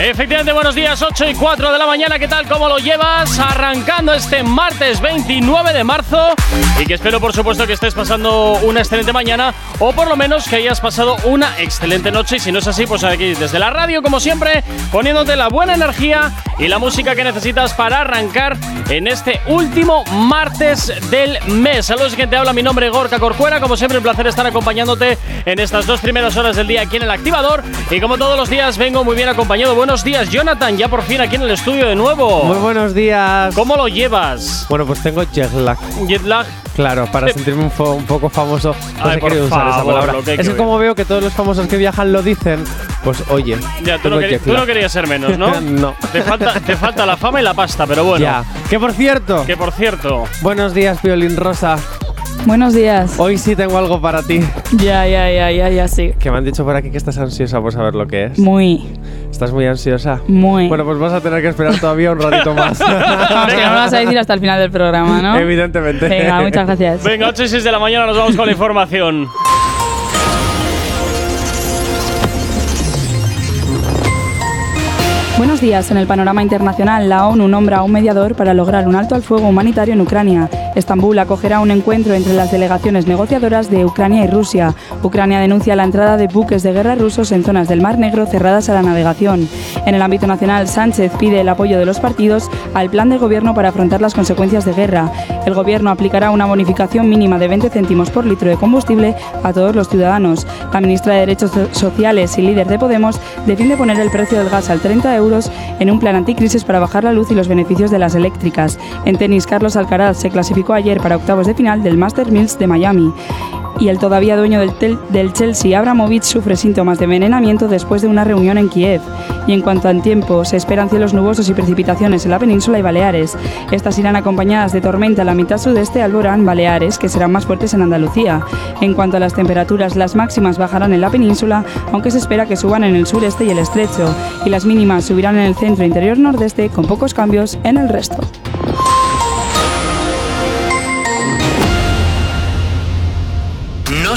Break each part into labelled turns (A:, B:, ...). A: Efectivamente, buenos días, 8 y 4 de la mañana, ¿qué tal? ¿Cómo lo llevas? Arrancando este martes 29 de marzo y que espero por supuesto que estés pasando una excelente mañana o por lo menos que hayas pasado una excelente noche y si no es así, pues aquí desde la radio como siempre, poniéndote la buena energía y la música que necesitas para arrancar en este último martes del mes. Saludos, quien te habla, mi nombre es Gorka Corcuera, como siempre un placer estar acompañándote en estas dos primeras horas del día aquí en el activador y como todos los días vengo muy bien acompañado. Buenos días, Jonathan, ya por fin aquí en el estudio de nuevo.
B: Muy buenos días.
A: Oh. ¿Cómo lo llevas?
B: Bueno, pues tengo jet lag.
A: Jet lag.
B: Claro, para sentirme un, fo- un poco famoso, no
A: Ay,
B: sé
A: por
B: qué usar esa
A: favor,
B: palabra.
A: lo que hay
B: es
A: que
B: que como veo que todos los famosos que viajan lo dicen, pues oye,
A: Ya, tú
B: tengo
A: no, queri-
B: jet
A: tú no
B: lag.
A: querías ser menos, ¿no?
B: No.
A: Te falta, te falta la fama y la pasta, pero bueno.
B: Ya. Que por cierto,
A: Que por cierto,
B: buenos días, Violín Rosa.
C: Buenos días.
B: Hoy sí tengo algo para ti.
C: Oh, Ya, ya, ya, ya, ya, sí.
B: Que me han dicho por aquí que estás ansiosa por saber lo que es.
C: Muy,
B: Estás muy ansiosa.
C: muy.
B: Bueno, pues vas a tener que esperar todavía un ratito más.
C: Porque no lo vas a decir hasta el final del programa, ¿no?
B: Evidentemente.
C: Venga, muchas gracias.
A: venga, 8 y 6 de la mañana nos vamos con la información.
C: Buenos días. En el panorama internacional, la ONU nombra a un mediador para lograr un alto al fuego humanitario en Ucrania. Estambul acogerá un encuentro entre las delegaciones negociadoras de Ucrania y Rusia. Ucrania denuncia la entrada de buques de guerra rusos en zonas del Mar Negro cerradas a la navegación. En el ámbito nacional, Sánchez pide el apoyo de los partidos al plan de gobierno para afrontar las consecuencias de guerra. El gobierno aplicará una bonificación mínima de 20 céntimos por litro de combustible a todos los ciudadanos. La ministra de Derechos So- Sociales y líder de Podemos defiende poner el precio del gas al 30 euros en un plan anticrisis para bajar la luz y los beneficios de las eléctricas. En tenis, Carlos Alcaraz se clasificó ayer para octavos de final del Master Mills de Miami. Y el todavía dueño del, tel- del Chelsea, Abramovich, sufre síntomas de envenenamiento después de una reunión en Kiev. Y en cuanto al tiempo, se esperan cielos nubosos y precipitaciones en la península y Baleares. Estas irán acompañadas de tormenta en la mitad sudeste, Alborán, Baleares, que serán más fuertes en Andalucía. En cuanto a las temperaturas, las máximas bajarán en la península, aunque se espera que suban en el sureste y el estrecho. Y las mínimas subirán en el centro e interior nordeste, con pocos cambios en el resto.
D: No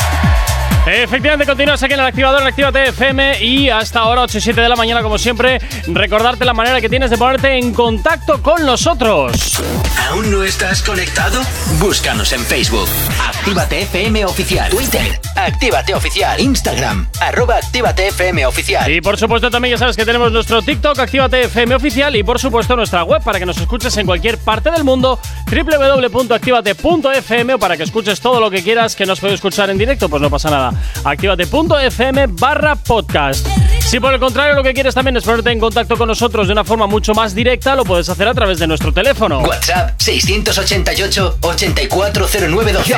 A: Efectivamente, continúas aquí en el activador en Actívate FM y hasta ahora 8 y 7 de la mañana, como siempre, recordarte la manera que tienes de ponerte en contacto con nosotros.
D: ¿Aún no estás conectado? Búscanos en Facebook. Actívate FM Oficial. Twitter. Actívate Oficial. Instagram. Arroba Actívate FM Oficial.
A: Y por supuesto también ya sabes que tenemos nuestro TikTok, Actívate FM oficial y por supuesto nuestra web para que nos escuches en cualquier parte del mundo, www.activate.fm o para que escuches todo lo que quieras que nos puedes escuchar en directo, pues no pasa nada. Actívate.fm barra podcast. Si por el contrario lo que quieres también es ponerte en contacto con nosotros de una forma mucho más directa, lo puedes hacer a través de nuestro teléfono.
D: WhatsApp 688 840912.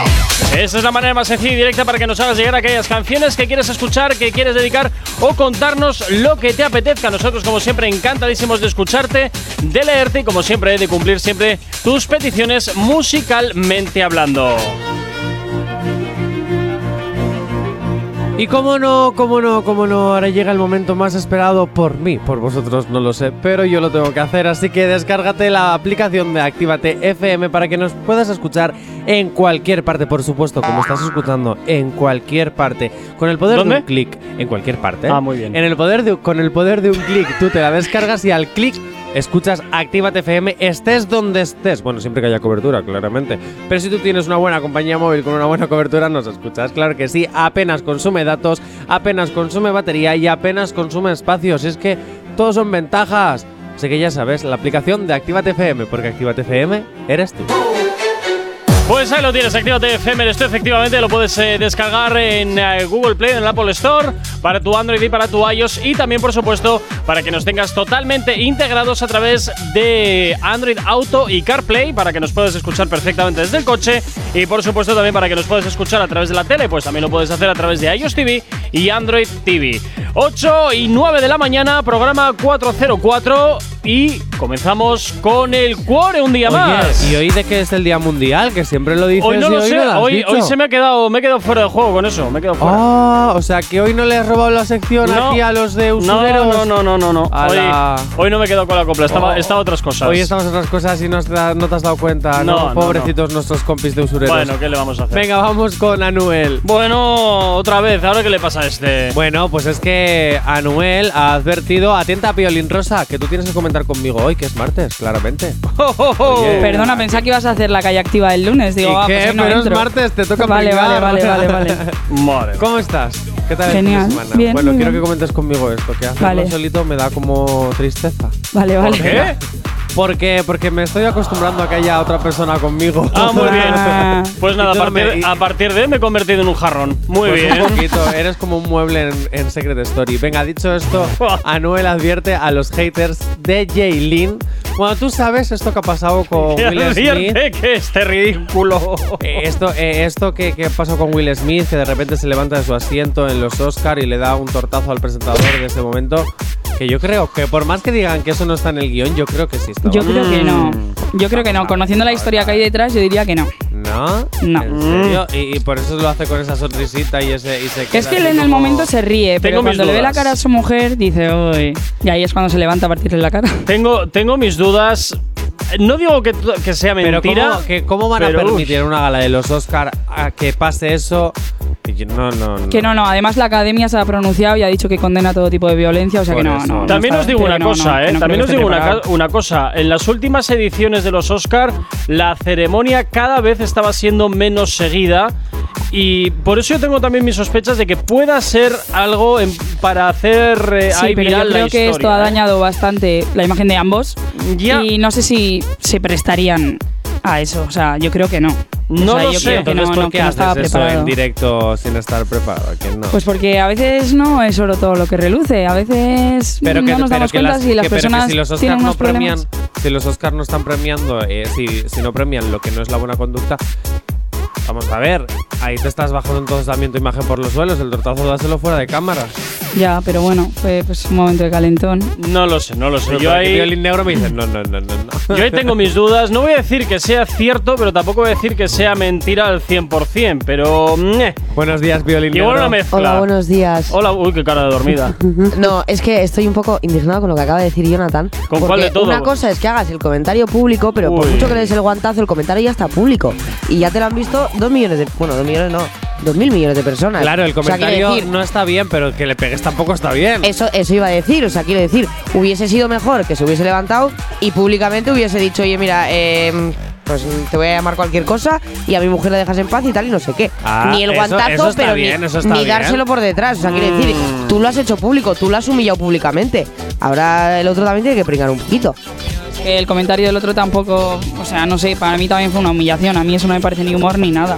A: Esa es la manera más sencilla y directa para que nos hagas llegar aquellas canciones que quieres escuchar, que quieres dedicar o contarnos lo que te apetezca. Nosotros, como siempre, encantadísimos de escucharte, de leerte y, como siempre, de cumplir siempre tus peticiones musicalmente hablando.
B: Y cómo no, cómo no, cómo no, ahora llega el momento más esperado por mí, por vosotros no lo sé, pero yo lo tengo que hacer, así que descárgate la aplicación de Actívate FM para que nos puedas escuchar en cualquier parte, por supuesto, como estás escuchando, en cualquier parte, con el poder
A: ¿Dónde?
B: de un clic, en cualquier parte.
A: Ah, muy bien.
B: ¿eh? En el poder de, con el poder de un clic, tú te la descargas y al clic escuchas Actívate FM, estés donde estés. Bueno, siempre que haya cobertura, claramente. Pero si tú tienes una buena compañía móvil con una buena cobertura, nos escuchas. Claro que sí, apenas consume datos, apenas consume batería y apenas consume espacios. es que todos son ventajas. Así que ya sabes, la aplicación de Actívate FM, porque Actívate FM eres tú.
A: Pues ahí lo tienes, Actívate FM. Esto efectivamente lo puedes eh, descargar en eh, Google Play, en el Apple Store, para tu Android y para tu iOS. Y también, por supuesto, para que nos tengas totalmente integrados a través de Android Auto y CarPlay, para que nos puedas escuchar perfectamente desde el coche. Y por supuesto, también para que nos puedas escuchar a través de la tele, pues también lo puedes hacer a través de iOS TV y Android TV. 8 y 9 de la mañana, programa 404. y comenzamos con el cuore un día
B: Oye,
A: más.
B: y hoy de que es el Día Mundial, que siempre lo dices
A: Hoy no
B: y
A: lo
B: hoy
A: sé,
B: no lo has
A: hoy,
B: dicho.
A: hoy se me ha quedado, me he quedado fuera de juego con eso, me he quedado fuera.
B: Ah, o sea que hoy no le has robado la sección
A: No.
B: aquí a los de
A: no,
B: usureros.
A: no, no, no, no, no.
B: A
A: Hoy,
B: la-
A: hoy no me quedo con la copla, estaba,
B: Oh.
A: estaba otras cosas.
B: Hoy estamos en otras cosas y no te, da- no te has dado cuenta,
A: No,
B: ¿no?
A: no,
B: Pobrecitos nuestros compis de usureros.
A: bueno, ¿qué le vamos a hacer?
B: Venga, vamos con Anuel.
A: Bueno, otra vez, ¿ahora qué le pasa a este?
B: Bueno, pues es que Anuel ha advertido, atenta a Piolín Rosa, que tú tienes que comentar conmigo hoy, que es martes, claramente.
A: Oh, oh, oh.
B: Oye.
C: Perdona, pensaba que ibas a hacer la calle activa el lunes. Digo,
B: ¿Y
C: ah,
B: qué?
C: pues hoy no
B: Pero
C: entro.
B: es martes, te toca
C: Vale, vale,
B: pringar.
C: vale, vale, vale.
A: Madre mía.
B: ¿Cómo estás? ¿Qué tal el
C: Genial.
B: fin de semana?
C: Bien,
B: bueno,
C: muy
B: quiero
C: bien.
B: que comentes conmigo esto, que hacerlo
C: Vale.
B: solito me da como tristeza.
C: Vale, vale.
A: ¿Qué?
B: Porque, porque me estoy acostumbrando a que haya otra persona conmigo.
A: Ah, muy
C: Ah.
A: bien. Pues nada, a
B: Y tú no me-
A: partir,
B: y-
A: a partir de me he convertido en un jarrón. Muy
B: Pues
A: bien.
B: Un poquito, eres como un mueble en, en Secret Story. Venga, dicho esto, Anuel advierte a los haters de Jaylin. Bueno, tú sabes esto que ha pasado con
A: Que
B: Will Smith.
A: advierte que este ridículo.
B: Eh, Esto, eh, esto que, que pasó con Will Smith, que de repente se levanta de su asiento en los Oscar y le da un tortazo al presentador de ese momento. Que yo creo que por más que digan que eso no está en el guión, yo creo que sí está.
C: Yo creo que no.
B: Mm.
C: Yo creo que no. Conociendo la historia que hay detrás, yo diría que no.
B: ¿No?
C: No.
B: ¿En serio? Y, y por eso lo hace con esa sonrisita y ese. Y se
C: Es
B: queda
C: que él en
B: así
C: el
B: como-
C: momento se ríe, pero
A: Tengo mis
C: cuando le ve la
A: dudas.
C: cara a su mujer, dice, uy. Y ahí es cuando se levanta a partirle la cara.
A: Tengo, tengo mis dudas. No digo que, t- que sea
B: Pero
A: mentira.
B: ¿cómo, que ¿cómo van
A: pero,
B: a
A: uff.
B: permitir en una gala de los Oscar a que pase eso? Y yo- No, no, no.
C: Que no, no. Además, la academia se ha pronunciado y ha dicho que condena todo tipo de violencia, o sea
B: Por
C: que no,
B: eso.
C: no, no.
A: También
C: está-
A: os digo
C: creo
A: una
C: que no,
A: cosa,
C: no, que
A: ¿eh?
C: no
A: También
C: creo
A: os
C: que
A: digo
C: esté
A: una,
C: preparado.
A: ca- una cosa. En las últimas ediciones de los Oscar, la ceremonia cada vez estaba siendo menos seguida. Y por eso yo tengo también mis sospechas de que pueda ser algo en- para hacer eh,
C: Sí,
A: ahí
C: pero yo
A: viral la
C: creo que
A: historia,
C: esto ha
A: ¿eh?
C: dañado bastante la imagen de ambos.
A: Ya.
C: Y no sé si se prestarían a eso. O sea, yo creo que no. O
A: No
C: sea,
A: lo
C: yo
A: sé.
C: creo que
B: Entonces,
C: no,
B: ¿por
C: no,
B: qué
C: que no
B: haces
C: estaba
B: eso en
C: preparado.
B: directo sin estar preparado? Que no.
C: Pues porque a veces no es oro todo lo que reluce, a veces no nos damos cuenta si las
B: que- pero que
C: personas
B: si los Oscar
C: tienen
B: no
C: unos
B: premian,
C: problemas.
B: si los Oscar no están premiando, eh, si, si no premian lo que no es la buena conducta, vamos a ver, ahí te estás bajando entonces también tu imagen por los suelos, el tortazo dáselo fuera de cámara.
C: Ya, pero bueno, fue pues, un momento de calentón.
A: No lo sé, no lo sé.
B: Pero
A: Yo
B: por aquí
A: ahí,
B: Violín negro me dice, no, no, no, no, no.
A: Yo ahí tengo mis dudas. No voy a decir que sea cierto, pero tampoco voy a decir que sea mentira al 100%. Pero. meh,
B: Buenos días, Violín
A: Igual
B: negro.
A: una mezcla.
E: Hola, buenos días.
A: Hola, uy, qué cara de dormida.
E: No, es que estoy un poco indignado con lo que acaba de decir Jonathan.
A: ¿Con
E: porque
A: cuál de todos?
E: Una cosa es que hagas el comentario público, pero por
A: Uy.
E: mucho que le des el guantazo, el comentario ya está público. Y ya te lo han visto dos millones de. Bueno, dos millones no. Dos mil millones de personas.
B: Claro, el
E: O sea, quiero
B: comentario
E: decir,
B: no está bien, pero que le pegues tampoco está bien.
E: Eso, eso iba a decir, o sea, quiero decir, hubiese sido mejor que se hubiese levantado y públicamente hubiese dicho, oye, mira, eh, pues mm, te voy a llamar cualquier cosa y a mi mujer la dejas en paz y tal y no sé qué.
B: Ah,
E: ni el
B: eso-
E: guantazo,
B: eso está
E: pero
B: bien,
E: ni,
B: eso está
E: ni
B: bien.
E: dárselo por detrás. O sea, quiero decir, tú lo has hecho público, tú lo has humillado públicamente. Ahora el otro también tiene que pringar un poquito.
C: Es que el comentario del otro tampoco, o sea, no sé, para mí también fue una humillación. A mí eso no me parece ni humor ni nada.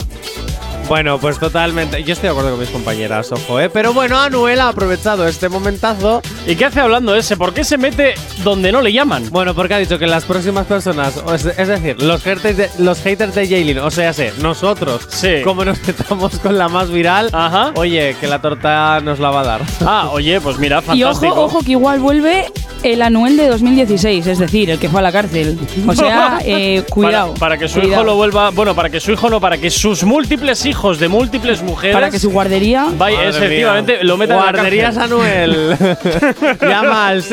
B: Bueno, pues totalmente. Yo estoy de acuerdo con mis compañeras, ojo, ¿eh? Pero bueno, Anuel ha aprovechado este momentazo
A: ¿Y qué hace hablando ese? ¿Por qué se mete donde no le llaman?
B: Bueno, porque ha dicho que las próximas personas, o es, es decir, los haters de, los haters de Jaylin, o sea, sé, nosotros,
A: Sí.
B: como nos metamos con la más viral,
A: Ajá.
B: oye, que la torta nos la va a dar.
A: Ah, oye, pues mira, fantástico.
C: Y ojo, ojo, que igual vuelve el Anuel de 2016, es decir, el que fue a la cárcel. O sea, eh,
A: Para-
C: cuidado.
A: Para, que su
C: cuidado.
A: hijo lo vuelva. Bueno, para que su hijo no, para que sus múltiples hijos de múltiples mujeres.
C: Para que su guardería.
A: Vaya,
B: Madre
A: efectivamente,
B: mía.
A: lo metan
B: Guarderías
A: en la
B: Anuel. Llama al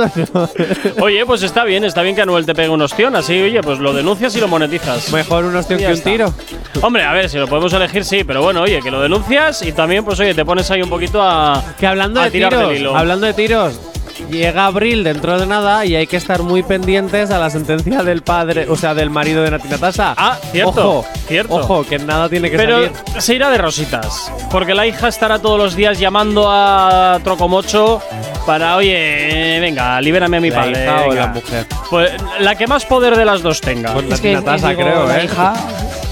B: 6889.
A: cárcel. Oye, pues está bien, está bien que Anuel te pegue un ostión, así, oye, pues lo denuncias y lo monetizas.
B: Mejor un ostión
A: Y ya
B: que un
A: está.
B: tiro.
A: Hombre, a ver, si lo podemos elegir, sí, pero bueno, oye, que lo denuncias y también, pues oye, te pones ahí un poquito a.
B: Que hablando
A: a
B: de
A: tirar del
B: tiros,
A: hilo.
B: hablando de tiros, llega abril dentro de nada y hay que estar muy pendientes a la sentencia del padre, o sea, del marido de Nati Natasha.
A: Ah, cierto,
B: Ojo,
A: cierto.
B: Ojo, que nada tiene que
A: Pero
B: salir.
A: se irá de rositas, porque la hija estará todos los días llamando a Trocomocho para, oye, eh, venga, libérame a mi
B: La
A: padre.
B: hija o
A: venga".
B: la mujer.
A: Pues la que más poder de las dos tenga.
B: Pues la
C: Es que es-
B: Natasha,
C: digo,
B: creo,
C: la
B: ¿eh?
C: hija.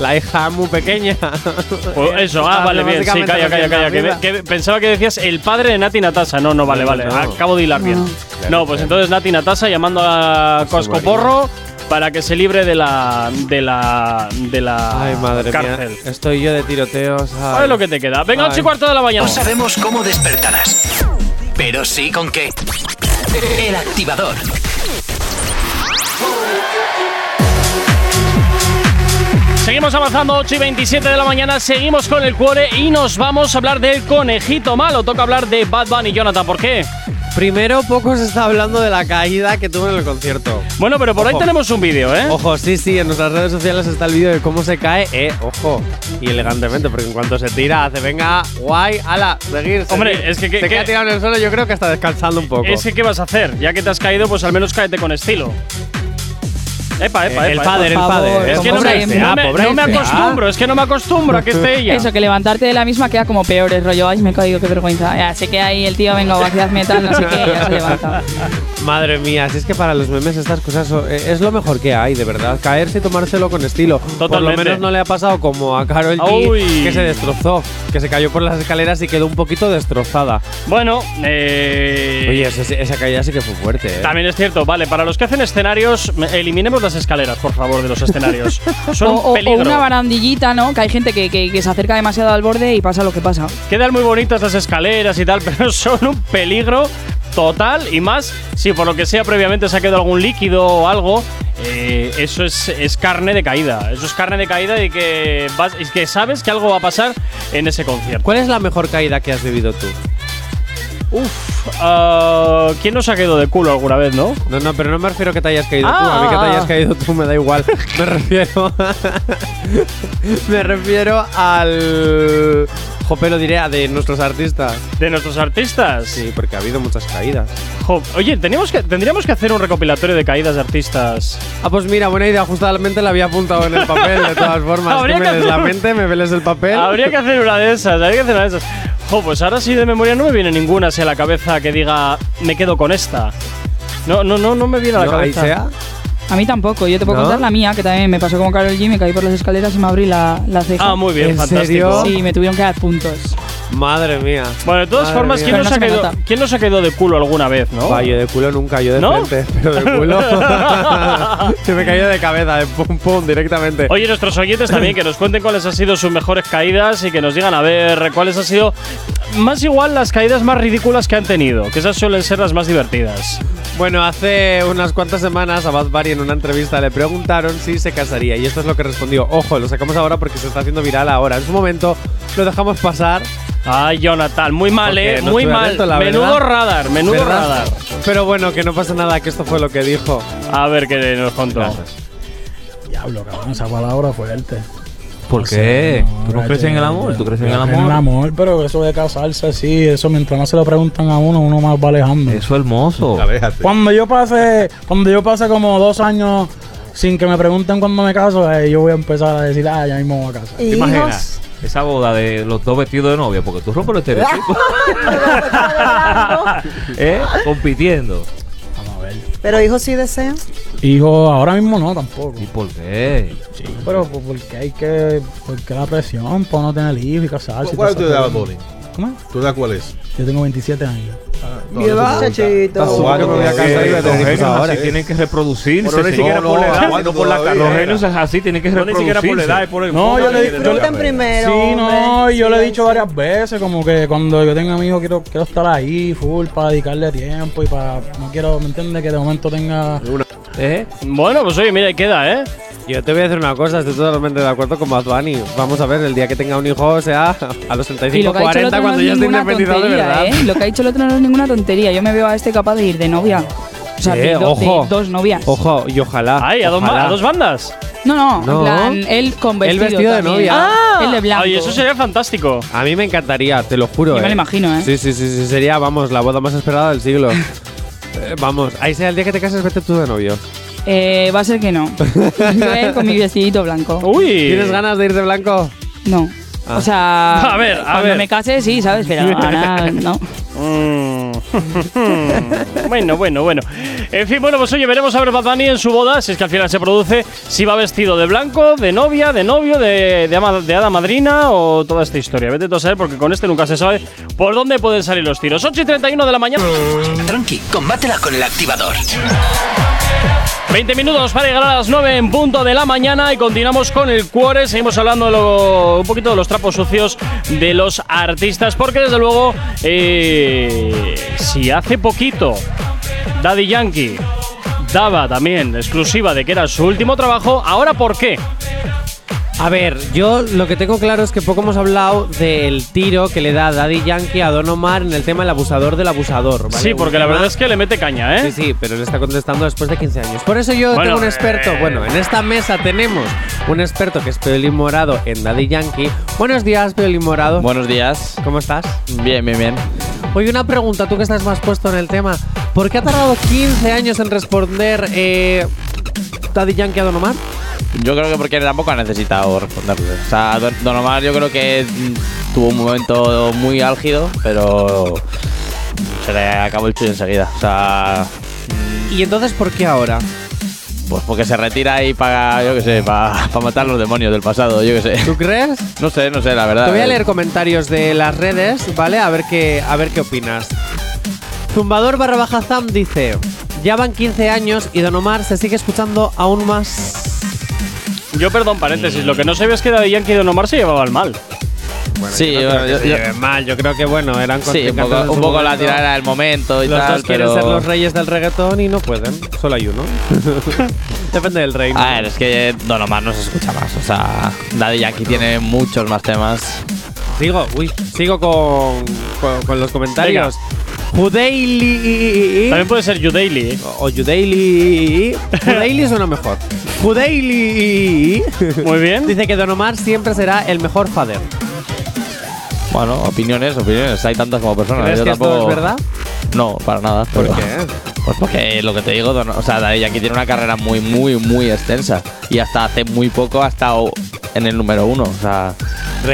B: La hija muy pequeña.
A: Pues eso, ah, vale, bien, sí, calla, calla, calla. que ve- que pensaba que decías el padre de Nati Natasa. No, no, vale,
B: No,
A: vale,
B: no.
A: acabo de hilar bien. No, pues entonces Nati Natasa llamando a
B: su
A: Coscoporro para que se libre de la. de la. de la.
B: Ay, madre
A: cárcel.
B: mía. Estoy yo de tiroteos. ay.
A: ¿Sabes lo que te queda? Venga,
B: Ay.
A: 8 y cuarto de la mañana.
D: No sabemos cómo despertarás, pero sí con qué. El activador.
A: Seguimos avanzando, 8 y 27 de la mañana, seguimos con el cuore y nos vamos a hablar del conejito malo. Toca hablar de Bad Bunny, Jonathan, ¿por qué?
B: Primero, poco se está hablando de la caída que tuvo en el concierto.
A: Bueno, pero por ahí
B: Ojo.
A: tenemos un vídeo, ¿eh?
B: Ojo, sí, sí, en nuestras redes sociales está el vídeo de cómo se cae, eh, ojo, y elegantemente, porque en cuanto se tira, hace, venga, guay, ala, seguir, seguir.
A: Hombre, es que- que-
B: Se queda
A: que-
B: tirado en el suelo, yo creo que está descansando un poco.
A: Es que, ¿qué vas a hacer? Ya que te has caído, pues al menos cáete con estilo. Epa, epa,
B: Eh, el
A: epa,
B: padre, el
A: epa.
B: padre.
A: Es que no
C: Pobre
A: me,
C: FA,
A: no me-
B: pobre
A: no me
B: FA.
A: acostumbro, es que no me acostumbro a que esté ella.
C: Eso, que levantarte de la misma queda como peor, es rollo, ay, me he caído, qué vergüenza. Ya, sé que ahí el tío, venga, vacías metal, no sé qué, ya se levanta.
B: Madre mía, si es que para los memes estas cosas son- eh, es lo mejor que hay, de verdad. Caerse y tomárselo con estilo. Por lo
A: Totalmente.
B: menos no le ha pasado como a Carol
A: Uy.
B: G, que se destrozó, que se cayó por las escaleras y quedó un poquito destrozada.
A: Bueno, eh,
B: Oye, esa, esa caída sí que fue fuerte. ¿eh?
A: También es cierto, vale, para los que hacen escenarios, me- eliminemos las escaleras, por favor, de los escenarios.
C: O,
A: Son un
C: o- o
A: peligro.
C: una barandillita, ¿no? Que hay gente que, que- que se acerca demasiado al borde y pasa lo que pasa.
A: Quedan muy bonitas las escaleras y tal, pero son un peligro total y más si por lo que sea previamente se ha quedado algún líquido o algo. eh, eso es, es carne de caída. Eso es carne de caída y que, vas- y que sabes que algo va a pasar en ese concierto.
B: ¿Cuál es la mejor caída que has vivido tú?
A: Uf, ah, ¿quién nos ha quedado de culo alguna vez, no?
B: No, no, pero no me refiero que te hayas caído tú.
A: Ah,
B: A mí que
A: ah,
B: te hayas
A: ah.
B: caído tú me da igual. Me refiero. me refiero al. Jope, lo diré, a de nuestros artistas.
A: De nuestros artistas.
B: Sí, porque ha habido muchas caídas.
A: Jo, oye, teníamos que, tendríamos que hacer un recopilatorio de caídas de artistas.
B: Ah, pues mira, buena idea. Justamente la había apuntado en el papel, de todas formas.
A: Habría
B: Tú me
A: que
B: lees
A: hacer
B: la
A: un-
B: mente, me veles el papel.
A: Habría que hacer una de esas, habría que hacer una de esas. Jo, pues ahora sí de memoria no me viene ninguna hacia la cabeza que diga me quedo con esta. No, no, no, no me viene a la
B: No, ahí
A: cabeza.
B: sea.
C: A mí tampoco, yo te puedo
B: ¿No?
C: contar la mía, que también me pasó como Carol G, me caí por las escaleras y me abrí la, la ceja.
A: Ah, muy bien,
B: ¿En
A: fantástico.
B: serio?
C: Sí, me tuvieron que dar puntos.
B: Madre mía.
A: Bueno, de todas
B: Madre
A: formas,
B: mía.
A: ¿quién
C: Pero
A: nos,
C: no
A: ha
C: se me
A: quedado,
C: nota.
A: ¿quién nos ha quedado de culo alguna vez, no?
B: Va, yo de culo nunca, yo de
A: ¿No?
B: frente, pero de culo. Se me cayó de cabeza, de pum pum, directamente.
A: Oye, nuestros oyentes también, que nos cuenten cuáles han sido sus mejores caídas y que nos digan a ver cuáles han sido más igual las caídas más ridículas que han tenido, que esas suelen ser las más divertidas.
B: Bueno, hace unas cuantas semanas a Bad Bunny en una entrevista le preguntaron si se casaría y esto es lo que respondió. Ojo, lo sacamos ahora porque se está haciendo viral ahora. En su momento lo dejamos pasar.
A: Ay, Jonathan, muy mal,
B: porque
A: eh,
B: no
A: muy
B: estuve
A: mal.
B: atento, la
A: menudo
B: verdad.
A: radar, menudo
B: ¿Verdad?
A: radar.
B: Pero bueno, que no pasa nada, que esto fue lo que dijo.
A: A ver qué nos contó.
F: Diablo, cabrón, esa palabra fuerte.
G: ¿Por qué? ¿Tú no crees en el amor? ¿Tú crees en el
F: Pues, eh, En el
G: amor?
F: amor, pero eso de casarse, sí, eso mientras no se lo preguntan a uno, uno más va alejando.
G: Eso es hermoso.
F: Cuando yo pase, cuando yo pase como dos años sin que me pregunten cuando me caso, eh, yo voy a empezar a decir, ah, ya mismo me voy a casar.
G: ¿Te imaginas? Esa boda de los dos vestidos de novia, porque tú rompes los estereotipos. ¿Eh? Compitiendo.
F: Vamos a ver.
H: Pero hijos sí desean.
F: Hijo, ahora mismo no tampoco.
G: ¿Y por qué?
F: Sí, pero po- porque hay que, porque la presión por no tener hijos y casarse.
I: ¿Cuál es
F: y
I: tu
F: todas esas
I: edad, Bad
F: cosas.
I: Bunny?
F: ¿Cómo? es?
I: ¿Tu edad cuál es?
F: Yo tengo 27 años.
H: Mi edad,
J: Ah,
B: Está
H: muchachito.
B: jugando con la
I: Sí,
B: casa y
I: los
B: de tener hijos
I: genios
B: ahora.
I: así
G: tienen que reproducirse.
I: Pero ni siquiera por la edad, sino por la
G: Los
I: carrera.
G: genios así tienen que reproducirse.
F: No, yo le, yo le-
H: Pregunten primero.
F: Sí, no,
H: hombre.
F: y yo
H: Sí,
F: le he
H: ahí
F: dicho
H: sí.
F: varias veces, como que cuando yo tenga mi hijo quiero, quiero estar ahí, full, para dedicarle tiempo y para. No quiero, ¿me entiendes? Que de momento tenga.
B: ¿Eh?
A: Bueno, pues oye, mira, ahí queda, ¿eh?
B: Yo te voy a decir una cosa, estoy totalmente de acuerdo con Bad Bunny. Vamos a ver, el día que tenga un hijo, o sea, a los
C: Y lo
B: 35,
C: que ha dicho el
B: 40,
C: otro no
B: cuando
C: es
B: ya esté
C: ninguna
B: independizado de
C: tontería,
B: verdad.
C: ¿eh? Lo que ha dicho el otro no es ninguna tontería. Yo me veo a este capaz de ir de novia. O sea,
B: Sí,
C: de, do- de
B: ojo.
C: dos novias.
B: Ojo, y ojalá.
A: Ay, a dos, ba-
B: Ah, ojalá.
A: a dos bandas.
C: No, no,
B: No.
C: en plan, él con
B: Él
C: vestido.
B: vestido de
C: también.
B: novia.
C: Ah, él de blanco.
A: Ay, eso sería fantástico.
B: A mí me encantaría, te lo juro.
C: Yo me
B: ¿eh?
C: lo imagino, ¿eh?
B: Sí, sí, sí, sí, sería, vamos, la boda más esperada del siglo. Eh, vamos, ahí sea el día que te cases, vete tú de novio.
C: Eh, va a ser que no. Yo él con mi vestidito
B: Uh.
C: blanco.
A: Uy.
B: ¿Tienes ganas de ir de blanco?
C: No.
B: Ah.
C: O sea,
A: A ver, a
C: cuando
A: ver.
C: me case sí, ¿sabes? Pero ahora no.
A: Mm. bueno, bueno, bueno. En fin, bueno, pues oye, veremos a ver Bad Bunny en su boda, si es que al final se produce, si va vestido de blanco, de novia, de novio, de, de, ama- de hada madrina o toda esta historia. Vete tú a saber, porque con este nunca se sabe por dónde pueden salir los tiros. 8 y 31 de la mañana.
D: Tranqui, combátela con el activador.
A: 20 minutos para llegar a las 9 en punto de la mañana y continuamos con el cuore. Seguimos hablando de lo- un poquito de los trapos sucios de los artistas, porque desde luego, eh, si hace poquito Daddy Yankee daba también exclusiva de que era su último trabajo, ¿ahora por qué?
B: A ver, yo lo que tengo claro es que poco hemos hablado del tiro que le da Daddy Yankee a Don Omar en el tema el abusador del abusador. ¿vale?
A: Sí,
B: Un
A: porque la
B: tema-
A: verdad es que le mete caña,
B: Sí,
A: ¿eh?
B: sí, pero le está contestando después de 15 años. Por eso yo
A: Bueno,
B: tengo un experto.
A: eh.
B: Bueno, en esta mesa tenemos un experto que es Peolín Morado en Daddy Yankee. Buenos días, Peolín Morado.
K: Buenos días.
B: ¿Cómo estás?
K: Bien, bien, bien.
B: Oye, una pregunta, tú que estás más puesto en el tema. ¿Por qué ha tardado 15 años en responder eh, Daddy Yankee a Don Omar?
K: Yo creo que porque tampoco ha necesitado responderle. O sea, Don Don Omar yo creo que mm, tuvo un momento muy álgido, pero se le acabó el chullo enseguida. O sea,
B: ¿Y entonces por qué ahora?
K: pues porque se retira y paga, yo qué sé, para matar los demonios del pasado, yo qué sé.
B: ¿Tú crees?
K: No sé, no sé, la verdad.
B: Te voy a leer comentarios de las redes, ¿vale? A ver qué, a ver qué opinas. Zumbador barra baja Zam dice: Ya van 15 años y Don Omar se sigue escuchando aún más.
A: Yo, perdón, paréntesis, lo que no sabía es que Daddy Yankee y Don Omar se llevaban mal.
K: Sí, bueno, yo- yo-
B: mal, yo creo que bueno, eran
K: sí, un poco, un poco la tirada del momento y
B: Los
K: tal,
B: dos quieren
K: pero-
B: ser los reyes del reggaetón y no pueden. Solo hay uno. Depende del reino.
K: A ver, es que Don Omar no se escucha más. O sea, Daddy Yankee tiene muchos más temas.
B: Sigo, uy, sigo con, con, con los comentarios. Judeili.
A: También puede ser You Daily, ¿eh?
B: O Judeili. Judeili suena mejor. Judeili.
A: Muy bien.
B: Dice que Don Omar siempre será el mejor fader.
K: Bueno, opiniones, opiniones. Hay tantas como personas.
B: ¿Crees
K: Ah, Yo
B: que
K: tampoco...
B: esto es verdad?
K: No, para nada.
B: ¿Por
K: pero-
B: qué?
K: Pues porque lo que te digo, don- o sea, Daddy Yankee tiene una carrera muy, muy, muy extensa. Y hasta hace muy poco ha estado en el número uno. O sea,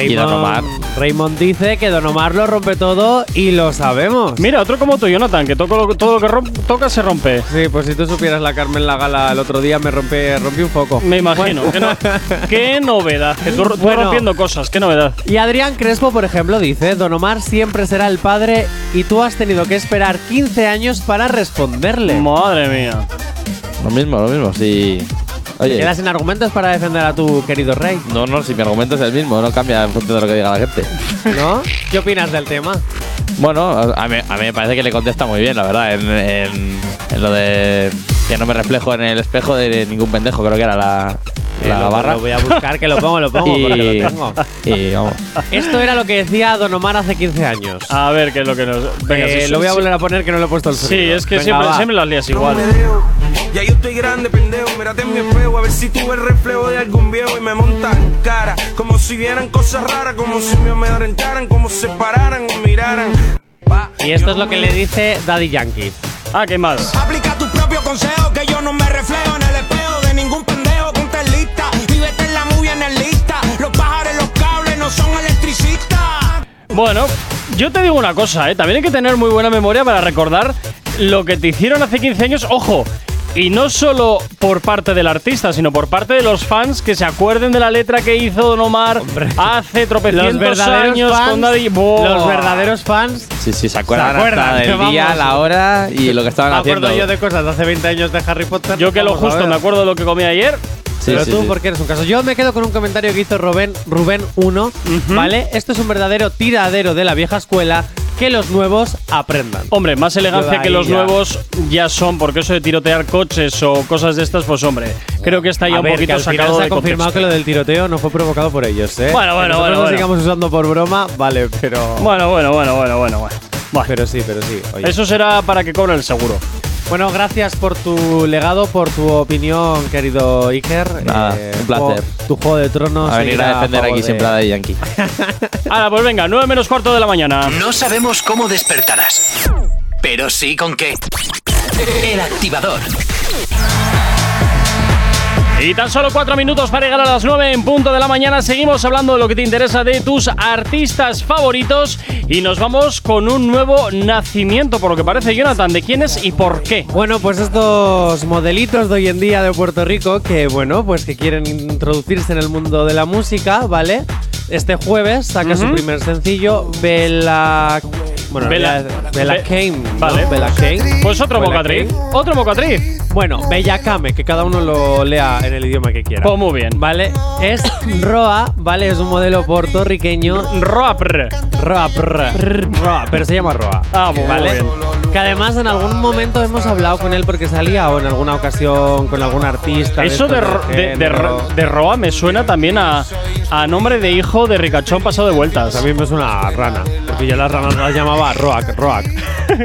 K: y Don Omar.
B: Raymond dice que Don Omar lo rompe todo y lo sabemos.
A: Mira, otro como tú, Jonathan, que toco lo- todo lo que rom- toca se rompe.
B: Sí, pues si tú supieras la Carmen la gala el otro día me rompe, rompí un foco.
A: Me imagino.
B: Bueno.
A: que no- qué novedad. Que tú, tú
B: Bueno.
A: rompiendo cosas, qué novedad.
B: Y Adrián Crespo, por ejemplo, dice, Don Omar siempre será el padre y tú has tenido que esperar 15 años para responderle.
A: Madre mía.
K: Lo mismo, lo mismo. Sí.
B: ¿Te
K: Oye,
B: quedas sin argumentos para defender a tu querido rey?
K: no, no, si mi argumento es el mismo, no cambia en función de lo que diga la gente.
B: ¿No? ¿Qué opinas del tema?
K: Bueno, a a mí, a mí me parece que le contesta muy bien, la verdad, en, en- en lo de que no me reflejo en el espejo de ningún pendejo, creo que era la, la
B: Eh, lo-
K: barra.
B: Lo voy a buscar, que lo pongo, lo pongo, porque
K: Y-
B: lo tengo.
K: y vamos.
B: Esto era lo que decía Don Omar hace 15 años.
A: A ver qué es lo que nos. Ah, Venga,
B: Eh,
A: sí, sí,
B: lo voy a
A: sí.
B: volver a poner que no lo he puesto al
A: Sí, es que siempre, siempre las lías igual.
J: Ya yo estoy grande, pendejo, mírate en mi espejo A ver si tuve el reflejo de algún viejo y me montan cara Como si vieran cosas raras, como si me amedrentaran Como se pararan o miraran
B: Y esto es lo que le dice Daddy Yankee.
A: Ah, ¿qué más?
J: Aplica tu propio consejo, que yo no me reflejo en el espejo de ningún pendejo con lista Y vete en la movie en el lista Los pájaros, los cables no son electricistas
A: Bueno, yo te digo una cosa, ¿eh? También hay que tener muy buena memoria para recordar lo que te hicieron hace 15 años. Ojo. Y no solo por parte del artista, sino por parte de los fans que se acuerden de la letra que hizo Don Omar hace tropecientos
B: Los verdaderos
A: años
B: fans,
A: con Daddy. Buah.
B: los verdaderos fans.
K: Sí, sí, se acuerdan,
B: ¿Se acuerdan?
K: hasta del
B: Vamos.
K: día, la hora y lo que estaban
B: Me
K: haciendo.
B: acuerdo yo de cosas de hace 20 años de Harry Potter.
A: Yo que lo
B: Vamos a
A: justo
B: ver.
A: me acuerdo de lo que comí ayer.
K: Sí,
B: Pero
K: sí,
B: tú,
K: sí.
B: porque eres un caso. Yo me quedo con un comentario que hizo Rubén, Rubén 1, ¿vale? Esto es un verdadero tiradero de la vieja escuela que los nuevos aprendan.
A: Hombre, más elegancia
B: Yo
A: que
B: ahí
A: los
B: ya.
A: nuevos ya son, porque eso de tirotear coches o cosas de estas, pues hombre, creo que está ya
B: A
A: un
B: ver, que
A: poquito
B: al final
A: sacado
B: se
A: de
B: ha confirmado
A: contexto.
B: que lo del tiroteo no fue provocado por ellos, ¿eh?
A: Bueno, bueno,
B: Que nosotros
A: bueno,
B: lo
A: bueno.
B: sigamos usando por broma, vale, pero.
A: Bueno, bueno, bueno, bueno, bueno, bueno. Buah,
B: Pero sí, pero sí. oye.
A: Eso será para que cobre el seguro.
B: Bueno, gracias por tu legado, por tu opinión, querido Iker.
K: Nada, un placer.
B: juego- Tu juego de tronos.
K: A venir
B: seguirá
K: a defender
B: favor
K: aquí
B: de-
K: siempre a Daddy Yankee.
A: Ahora, pues venga, 9 menos cuarto de la mañana.
D: No sabemos cómo despertarás, pero sí con qué. El activador.
A: Y tan solo 4 minutos para llegar a las 9 en punto de la mañana. Seguimos hablando de lo que te interesa de tus artistas favoritos. Y nos vamos con un nuevo nacimiento, por lo que parece, Jonathan. ¿De quién es y por qué?
B: Bueno, pues estos modelitos de hoy en día de Puerto Rico que, bueno, pues que quieren introducirse en el mundo de la música, ¿vale? Este jueves saca su primer sencillo, Bella. Bueno,
A: Bella-
B: Bella, Bella
A: Be-
B: Kane. ¿no?
A: Vale.
B: Bella Kane.
A: Pues otro
B: Bella
A: mocatriz.
B: Kane.
A: Otro mocatriz.
B: Bueno, Bellacame, que cada uno lo lea en el idioma que quiera.
A: Pues muy bien.
B: Vale, es Roa, ¿vale? Es un modelo puertorriqueño.
A: Roapr.
B: Roapr. Roa, pero se llama Roa.
A: Ah, pues muy bien.
B: Que además en algún momento hemos hablado con él porque salía o en alguna ocasión con algún artista.
A: Eso de,
B: estos
A: ro- de, de
B: género.
A: ro- de Roa me suena también a, a nombre de hijo de Ricachón pasado de vueltas.
B: A mí me suena a rana, porque yo las ranas las llamaba Roac, Roac.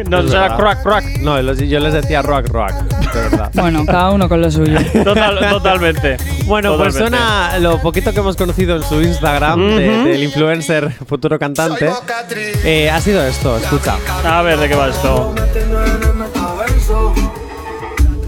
A: No,
B: Es
A: será
B: verdad.
A: croac, croac.
B: No, los- yo les decía Roac, Roac, de verdad.
C: Bueno, cada uno con lo suyo.
A: Total- totalmente.
B: Bueno, pues
A: Totalmente.
B: suena lo poquito que hemos conocido en su Instagram de-
A: Ujú.
B: del influencer futuro cantante. Eh, ha sido esto, escucha.
A: A ver, ¿de qué va esto?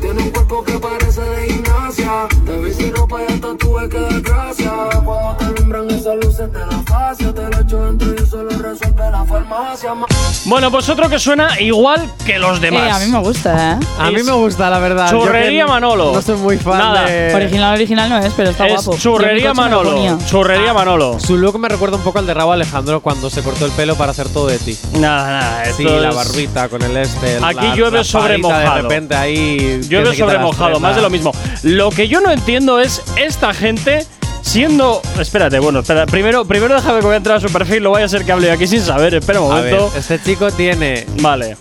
L: Tiene un cuerpo que parece de gimnasia. Te viste ropa y hasta tuve que desgracia. Cuando te alumbran esas luces de la fascia, te lo echo dentro y solo resuelve la farmacia. ma-
A: Bueno, pues otro que suena igual que los demás.
C: Eh, a mí me gusta, ¿eh?
B: A mí me gusta, la verdad. Yo
A: Churrería
B: que
A: Manolo.
B: No soy muy fan
A: Nada.
B: de-
C: Original, original no es, pero está
A: Es
C: guapo.
A: churrería
C: Yo en mi coche me lo
A: Manolo.
C: ponía. Ah.
A: Churrería Manolo.
B: Su look me recuerda un poco al de Raúl Alejandro cuando se cortó el pelo para hacer todo de ti.
A: Nada, nada. esto
B: Sí, la
A: es-
B: barbita con el este.
A: Aquí
B: la-
A: llueve
B: la
A: sobre
B: parita
A: mojado.
B: De repente ahí. que
A: Llueve
B: se quita
A: sobre
B: las
A: mojado, más
B: prendas.
A: de lo mismo. Lo que yo no entiendo es esta gente siendo. Espérate, bueno, espera. Primero, primero déjame que voy a entrar a su perfil, lo vaya a ser que hable yo aquí sin saber. Espera un
B: A ver,
A: momento.
B: este chico tiene.
A: Vale.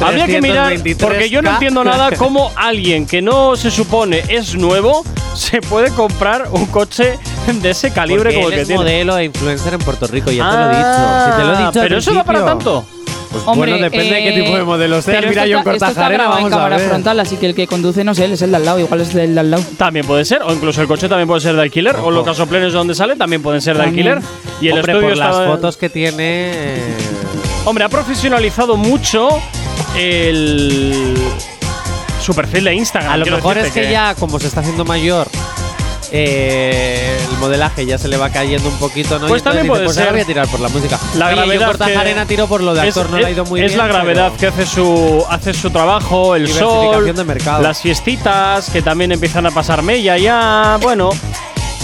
A: Habría que mirar,
B: 323K.
A: porque yo no entiendo nada cómo alguien que no se supone es nuevo se puede comprar un coche de ese calibre
B: Porque
A: como
B: él
A: el que
B: es
A: tiene.
B: modelo e influencer en Puerto Rico, ya
A: Ah,
B: te lo he dicho. Si te lo he dicho al
A: pero eso da para
B: principio.
A: tanto.
B: Pues
C: Hombre,
B: bueno, depende de qué
C: eh,
B: tipo de modelo sea.
C: pero
B: Mira,
C: esto
B: yo en
C: está- esto está
B: Cortajarena
C: grabado en
B: vamos a
C: cámara
B: ver.
C: frontal, así que el que conduce no es él, es el de al lado, igual es el de al lado.
A: También puede ser, o incluso el coche también puede ser de alquiler, o los casoplenes donde sale también pueden ser de
C: También.
A: alquiler. Y el
B: Hombre,
A: estudio
B: por las
A: está-
B: fotos que tiene. eh,
A: Hombre, ha profesionalizado mucho el su perfil de Instagram.
B: A lo
A: quiero
B: mejor es
A: decirte
B: que ya, como se está haciendo mayor. eh, el modelaje ya se le va cayendo un poquito, ¿no? Y
A: Pues
B: entonces
A: también
B: dice,
A: puede
B: pues ahora
A: ser.
B: voy a tirar por la música.
A: La
B: Oye, yo
A: gravedad que-
B: Cortajarena tiro por lo de
A: es,
B: actor, no le ha ido muy
A: es
B: bien.
A: la gravedad
B: pero-
A: que hace su hace su trabajo, el sol,
B: Diversificación de mercado.
A: las fiestitas que también empiezan a pasar mella ya, bueno,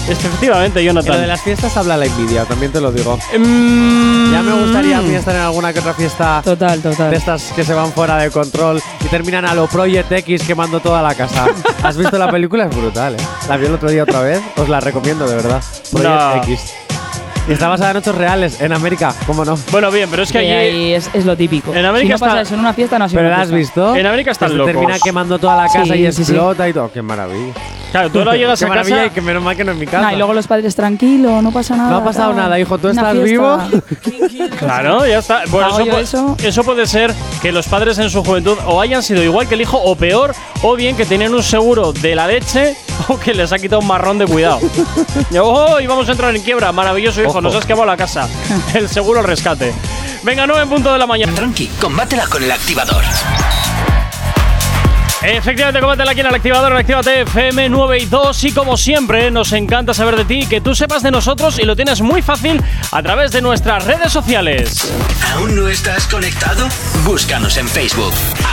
A: efectivamente
B: En lo de
A: Jonathan.
B: las fiestas habla la envidia, también te lo digo.
A: Mm,
B: Ya me gustaría a mí estar en alguna que otra fiesta
C: Total, total.
B: de estas que se van fuera de control y terminan a lo Project X quemando toda la casa. ¿Has visto la película? Es brutal, ¿eh? La vi el otro día otra vez. Os la recomiendo, de verdad. Project
A: No.
B: X. Y está basada en hechos reales, en América, ¿cómo no?
A: Bueno, bien, pero es
C: Que
A: que allí
C: ahí es, es lo típico.
A: En América
C: si no
A: está-
C: pasa eso en una fiesta, no ha sido
B: ¿Pero
C: una
B: la has
C: fiesta.
B: visto?
A: En América están
B: Que se
A: locos.
B: Termina quemando toda la casa
C: Sí,
B: y
C: sí, sí.
B: explota y todo. ¡Qué maravilla!
A: claro, tú ahora llegas
B: ¡Qué
A: a
B: maravilla!
A: casa
B: Y que menos mal que no es mi casa.
C: Nah, y luego los padres tranquilo, no pasa nada.
B: No ha pasado
C: tal.
B: nada, hijo, ¿tú
C: Una
B: estás
C: fiesta.
B: vivo?
A: Claro, ya está. Bueno,
C: Hago
A: eso,
C: yo
A: pu-
C: eso.
A: eso puede ser que los padres en su juventud o hayan sido igual que el hijo o peor, o bien que tenían un seguro de la leche o que les ha quitado un marrón de cuidado. y, ¡Oh! Y vamos a entrar en quiebra. Maravilloso hijo,
B: Ojo.
A: nos has quemado la casa. el seguro al rescate. Venga, 9 en punto de la mañana.
D: Tranqui, combátela con el activador.
A: Efectivamente, coméntala aquí en el activador, en Actívate FM 9 y 2. Y como siempre, nos encanta saber de ti, que tú sepas de nosotros y lo tienes muy fácil a través de nuestras redes sociales.
D: ¿Aún no estás conectado? Búscanos en Facebook.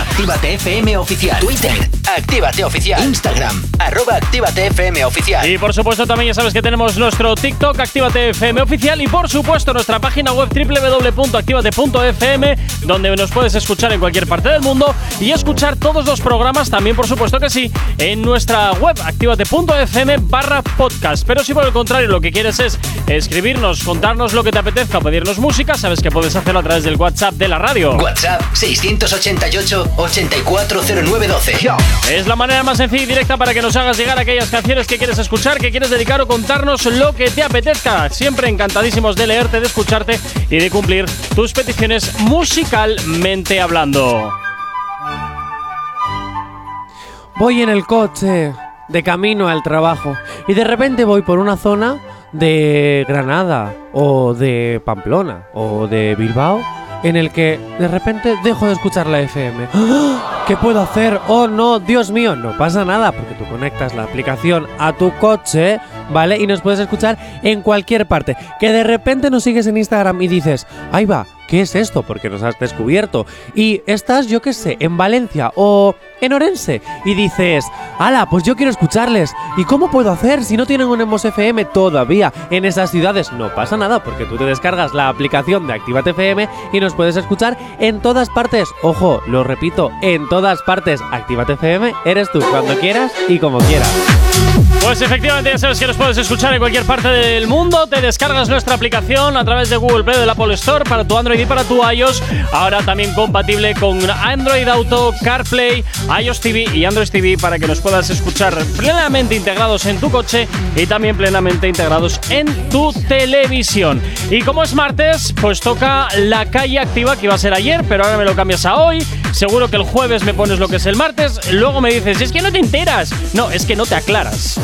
D: Actívate FM Oficial. Twitter. Actívate Oficial. Instagram. Arroba Actívate FM Oficial.
A: Y por supuesto también ya sabes que tenemos nuestro TikTok, Actívate FM oficial y por supuesto nuestra página web www.activate.fm donde nos puedes escuchar en cualquier parte del mundo y escuchar todos los programas también por supuesto que sí en nuestra web activate.fm barra podcast. Pero si por el contrario lo que quieres es escribirnos, contarnos lo que te apetezca, pedirnos música, sabes que puedes hacerlo a través del WhatsApp de la radio.
D: WhatsApp 688 840912.
A: Es la manera más sencilla y directa para que nos hagas llegar aquellas canciones que quieres escuchar, que quieres dedicar o contarnos lo que te apetezca. Siempre encantadísimos de leerte, de escucharte y de cumplir tus peticiones musicalmente hablando.
B: Voy en el coche de camino al trabajo y de repente voy por una zona de Granada o de Pamplona o de Bilbao en el que de repente dejo de escuchar la FM. ¡Ah! ¿Qué puedo hacer? Oh no, Dios mío, no pasa nada porque tú conectas la aplicación a tu coche, ¿vale? Y nos puedes escuchar en cualquier parte. Que de repente nos sigues en Instagram y dices, ahí va, ¿qué es esto? Porque nos has descubierto. Y estás, yo qué sé, en Valencia o en Orense y dices, ala, pues yo quiero escucharles. ¿Y cómo puedo hacer si no tienen un Emos FM todavía? En esas ciudades no pasa nada porque tú te descargas la aplicación de Actívate FM y nos puedes escuchar en todas partes. Ojo, lo repito, en todas partes. Actívate FM eres tú cuando quieras y como quieras.
A: Pues efectivamente ya sabes que nos puedes escuchar en cualquier parte del mundo. Te descargas nuestra aplicación a través de Google Play o del Apple Store para tu Android y para tu iOS. Ahora también compatible con Android Auto, CarPlay, iOS TV y Android TV para que nos puedas escuchar plenamente integrados en tu coche y también plenamente integrados en tu televisión. Y como es martes, pues toca la calle activa que iba a ser ayer, pero ahora me lo cambias a hoy. Seguro que el jueves me pones lo que es el martes. Luego me dices, es que no te enteras. No, es que no te aclaras.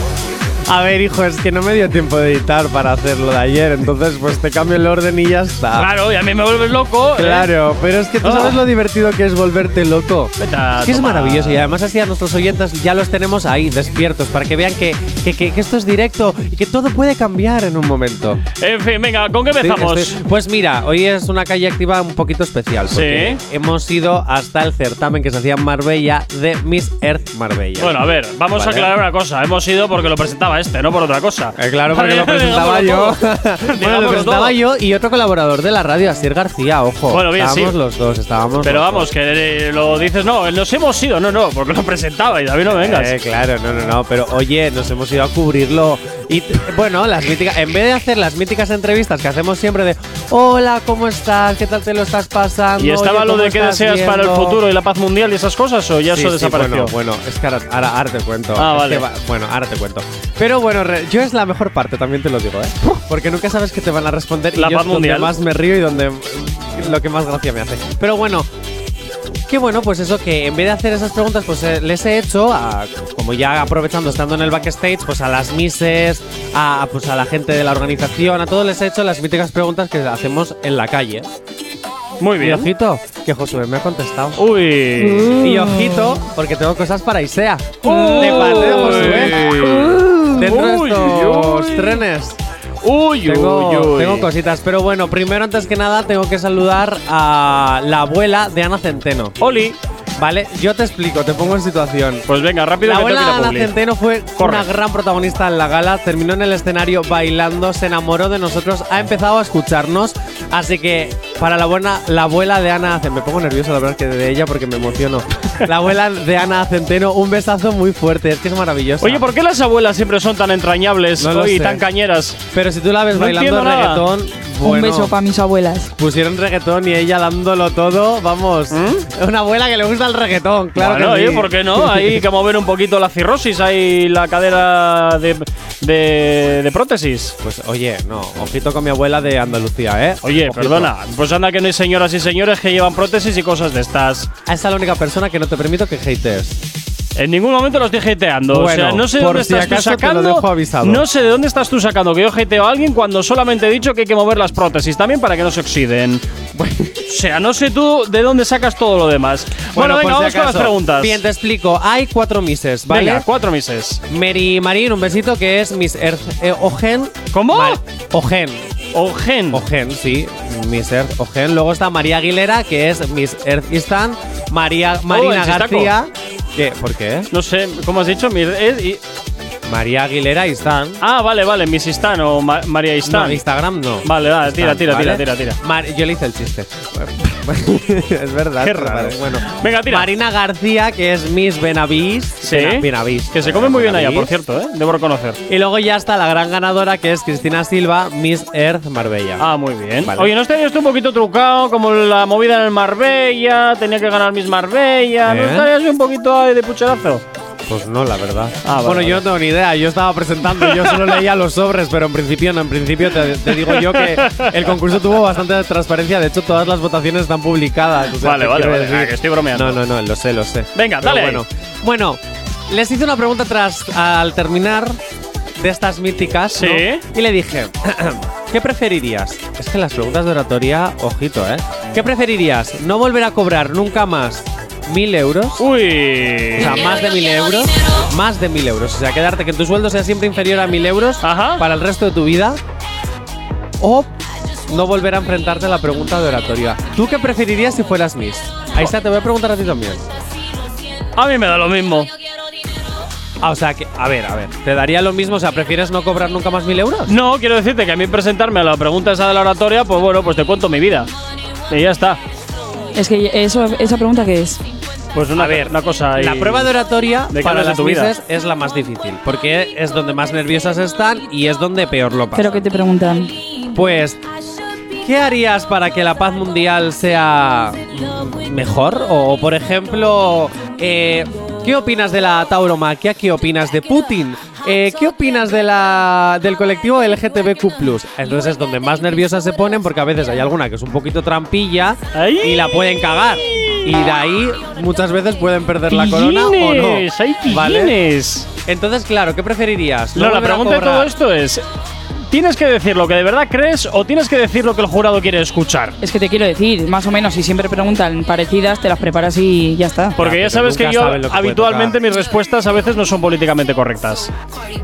B: A ver, hijo, es que no me dio tiempo de editar para hacerlo de ayer, entonces pues te cambio el orden y ya está.
A: Claro, y a mí me vuelves loco. ¿eh?
B: Ah. Claro, pero es que tú
A: Ah.
B: sabes lo divertido que es volverte loco.
A: Vete a
B: Es que es
A: tomar.
B: maravilloso y además así a nuestros oyentes ya los tenemos ahí despiertos para que vean que, que- que- que esto es directo y que todo puede cambiar en un momento.
A: En fin, venga, ¿con qué
B: Sí,
A: empezamos?
B: estoy- Pues mira, hoy es una calle activa un poquito especial. Porque Hemos ido hasta el certamen que se hacía en Marbella de Miss Earth Marbella.
A: Bueno, a ver, vamos a
B: Vale. Eh,
A: aclarar una cosa. Hemos ido porque lo presentaba este, no por otra cosa.
B: Claro, porque lo presentaba yo. bueno,
A: Digámoslo
B: lo presentaba
A: todo.
B: yo y otro colaborador de la radio, Asier García, ojo.
A: Bueno, bien, sí.
B: estábamos los dos, estábamos.
A: Pero
B: los
A: vamos, que eh, lo dices, no, nos hemos ido, no, no, porque lo presentaba y David no vengas.
B: Eh, claro, no, no, no, pero oye, nos hemos ido a cubrirlo. Y t- bueno, las míticas, en vez de hacer las míticas entrevistas que hacemos siempre de hola, ¿cómo estás? ¿Qué tal te lo estás pasando?
A: ¿Y estaba
B: Oye,
A: lo
B: ¿cómo
A: de qué
B: estás
A: deseas para el
B: viendo?".
A: futuro y la paz mundial y esas cosas? ¿O ya
B: Sí,
A: eso
B: sí,
A: desapareció?
B: Bueno, bueno, es que ahora, ahora- ahora te cuento.
A: Ah,
B: Es
A: vale.
B: que va- bueno, ahora te cuento. Pero bueno, re- yo es la mejor parte, también te lo digo, ¿eh? Porque nunca sabes qué te van a responder
A: La
B: y yo
A: paz
B: es donde
A: mundial.
B: más me río y donde lo que más gracia me hace. Pero bueno, Qué bueno, pues eso, que en vez de hacer esas preguntas, pues eh, les he hecho, a- como ya aprovechando estando en el backstage, pues a las misses, a, pues a la gente de la organización, a todos les he hecho las míticas preguntas que hacemos en la calle.
A: Muy bien.
B: Y ojito, que Josué me ha contestado.
A: Uy.
B: Y ojito, porque tengo cosas para Isea.
A: Mm. Uy.
B: De parte de Josué. ¿eh? Dentro de
A: Uy,
B: estos trenes.
A: Uy,
B: tengo,
A: uy.
B: tengo cositas, pero bueno, primero antes que nada tengo que saludar a la abuela de Ana Centeno.
A: Oli.
B: Vale, yo te explico, te pongo en situación.
A: Pues venga, rápido
B: La
A: que tengo
B: abuela
A: que ir a
B: Ana
A: publi.
B: Centeno fue
A: Corre.
B: una gran protagonista en la gala, terminó en el escenario bailando, se enamoró de nosotros, ha empezado a escucharnos, así que para la buena, la abuela de Ana, me pongo nervioso la verdad que de ella porque me emociono. La abuela de Ana Centeno, un besazo muy fuerte, es que es maravilloso.
A: Oye, ¿por qué las abuelas siempre son tan entrañables
B: No lo
A: y
B: sé.
A: tan cañeras?
B: Pero si tú la ves
A: No
B: bailando
A: entiendo nada.
B: reggaetón,
C: Un
B: bueno,
C: beso para mis abuelas.
B: pusieron reggaetón y ella dándolo todo, vamos. Una abuela que le gusta el reggaetón, claro
A: ¿Mm? bueno,
B: que
A: oye,
B: sí.
A: ¿por qué no? Hay que mover un poquito la cirrosis, hay la cadera de, de, de prótesis.
B: Pues oye, no, ojito con mi abuela de Andalucía, ¿eh?
A: Oye,
B: Ojito.
A: perdona, pues anda que no hay señoras y señores que llevan prótesis y cosas de estas.
B: Esa es la única persona que no te permito que hatees.
A: En ningún momento los estoy hateando. o sea,
B: Bueno,
A: no sé de
B: por
A: dónde
B: si
A: estás
B: acaso
A: tú
B: te lo
A: sacando.
B: dejo avisado.
A: No sé de dónde estás tú sacando que yo hateo a alguien cuando solamente he dicho que hay que mover las prótesis también para que no se oxiden. o sea, no sé tú de dónde sacas todo lo demás. Bueno, venga,
B: por
A: vamos
B: si
A: con las
B: acaso.
A: preguntas.
B: Bien, te explico. Hay cuatro misses, ¿vale?
A: Venga, cuatro meses.
B: Mary Marín, un besito, que es Miss Earth eh, Ogen.
A: ¿Cómo?
B: Ogen.
A: Ogen.
B: Ogen, sí. Miss Earth Ogen. Luego está María Aguilera, que es Miss Earth Istan. María, Marina
A: el chistaco.
B: García. ¿Qué? ¿Por qué?
A: No sé, ¿cómo has dicho? Mi- es- y-
B: María Aguilera Istan.
A: Ah, vale, vale, Miss Istán o Ma- María Istán.
B: No, Instagram no.
A: Vale, vale, tira,
B: Istan,
A: tira, tira,
B: ¿vale?
A: tira, tira.
B: Mar- yo le hice el chiste. es verdad.
A: Qué
B: es verdad.
A: raro.
B: Bueno.
A: Venga, Ah, tira.
B: Marina García, que es Miss Benavís.
A: Sí.
B: Bena- Benavís.
A: Que se come muy bien allá, por
B: Benavís.
A: cierto, ¿eh? Debo reconocer.
B: Y luego ya está la gran ganadora, que es Cristina Silva, Miss Earth Marbella.
A: Ah, muy bien.
B: Vale.
A: Oye, ¿no estaría esto un poquito trucado? Como la movida en el Marbella, tenía que ganar mis Marbella. ¿No
B: ¿Eh?
A: estarías un poquito ahí de pucherazo?
B: Pues no, la verdad.
A: Ah, vale,
B: bueno,
A: vale.
B: yo no tengo ni idea. Yo estaba presentando, yo solo leía los sobres, pero en principio no. En principio te, te digo yo que el concurso tuvo bastante transparencia. De hecho, todas las votaciones están publicadas. O sea,
A: Vale,
B: te
A: vale,
B: quiero
A: vale.
B: decir-
A: Ah, que estoy bromeando.
B: No, no, no, lo sé, lo sé.
A: Venga,
B: Pero
A: dale ahí.
B: Bueno, bueno, les hice una pregunta tras al terminar de estas míticas. ¿no?
A: Sí.
B: Y le dije, ¿qué preferirías? Es que las preguntas de oratoria, ojito, ¿eh? ¿Qué preferirías? ¿No volver a cobrar nunca más mil euros?
A: Uy.
B: O sea, más de mil euros. Más de mil euros. O sea, quedarte que tu sueldo sea siempre inferior a mil euros para el resto de tu vida. O no volver a enfrentarte a la pregunta de oratoria. ¿Tú qué preferirías si fueras Miss? Ahí está, te voy a preguntar a ti también.
A: A mí me da lo mismo.
B: Ah, o sea, que, a ver, a ver. ¿Te daría lo mismo? O sea, ¿prefieres no cobrar nunca más mil euros?
A: No, quiero decirte que a mí presentarme a la pregunta esa de la oratoria, pues bueno, pues te cuento mi vida. Y ya está.
C: Es que eso, esa pregunta que es.
A: Pues una, una cosa. ahí-
B: La prueba de oratoria
A: ¿De qué
B: para
A: hablas de
B: las
A: tu vida?
B: misses es la más difícil, porque es donde más nerviosas están y es donde peor lo pasan.
C: Pero que te preguntan.
B: Pues, ¿qué harías para que la paz mundial sea mm, mejor? O, por ejemplo, eh, ¿qué opinas de la tauromaquia? ¿Qué opinas de Putin? Eh, ¿Qué opinas de la, del colectivo LGTBQ+. Entonces es donde más nerviosas se ponen porque a veces hay alguna que es un poquito trampilla y la pueden cagar. Y de ahí muchas veces pueden perder la corona o no.
A: Pillines, hay
B: Entonces, claro, ¿qué preferirías?
A: No, la
B: volver a
A: pregunta de
B: cobrar?
A: todo esto es: ¿tienes que decir lo que de verdad crees o tienes que decir lo que el jurado quiere escuchar?
C: Es que te quiero decir, más o menos, si siempre preguntan parecidas, te las preparas y ya está.
B: Pues
A: Porque ya, sabes que
B: nunca
A: yo
B: saben lo que puede
A: habitualmente mis respuestas a veces no son políticamente correctas.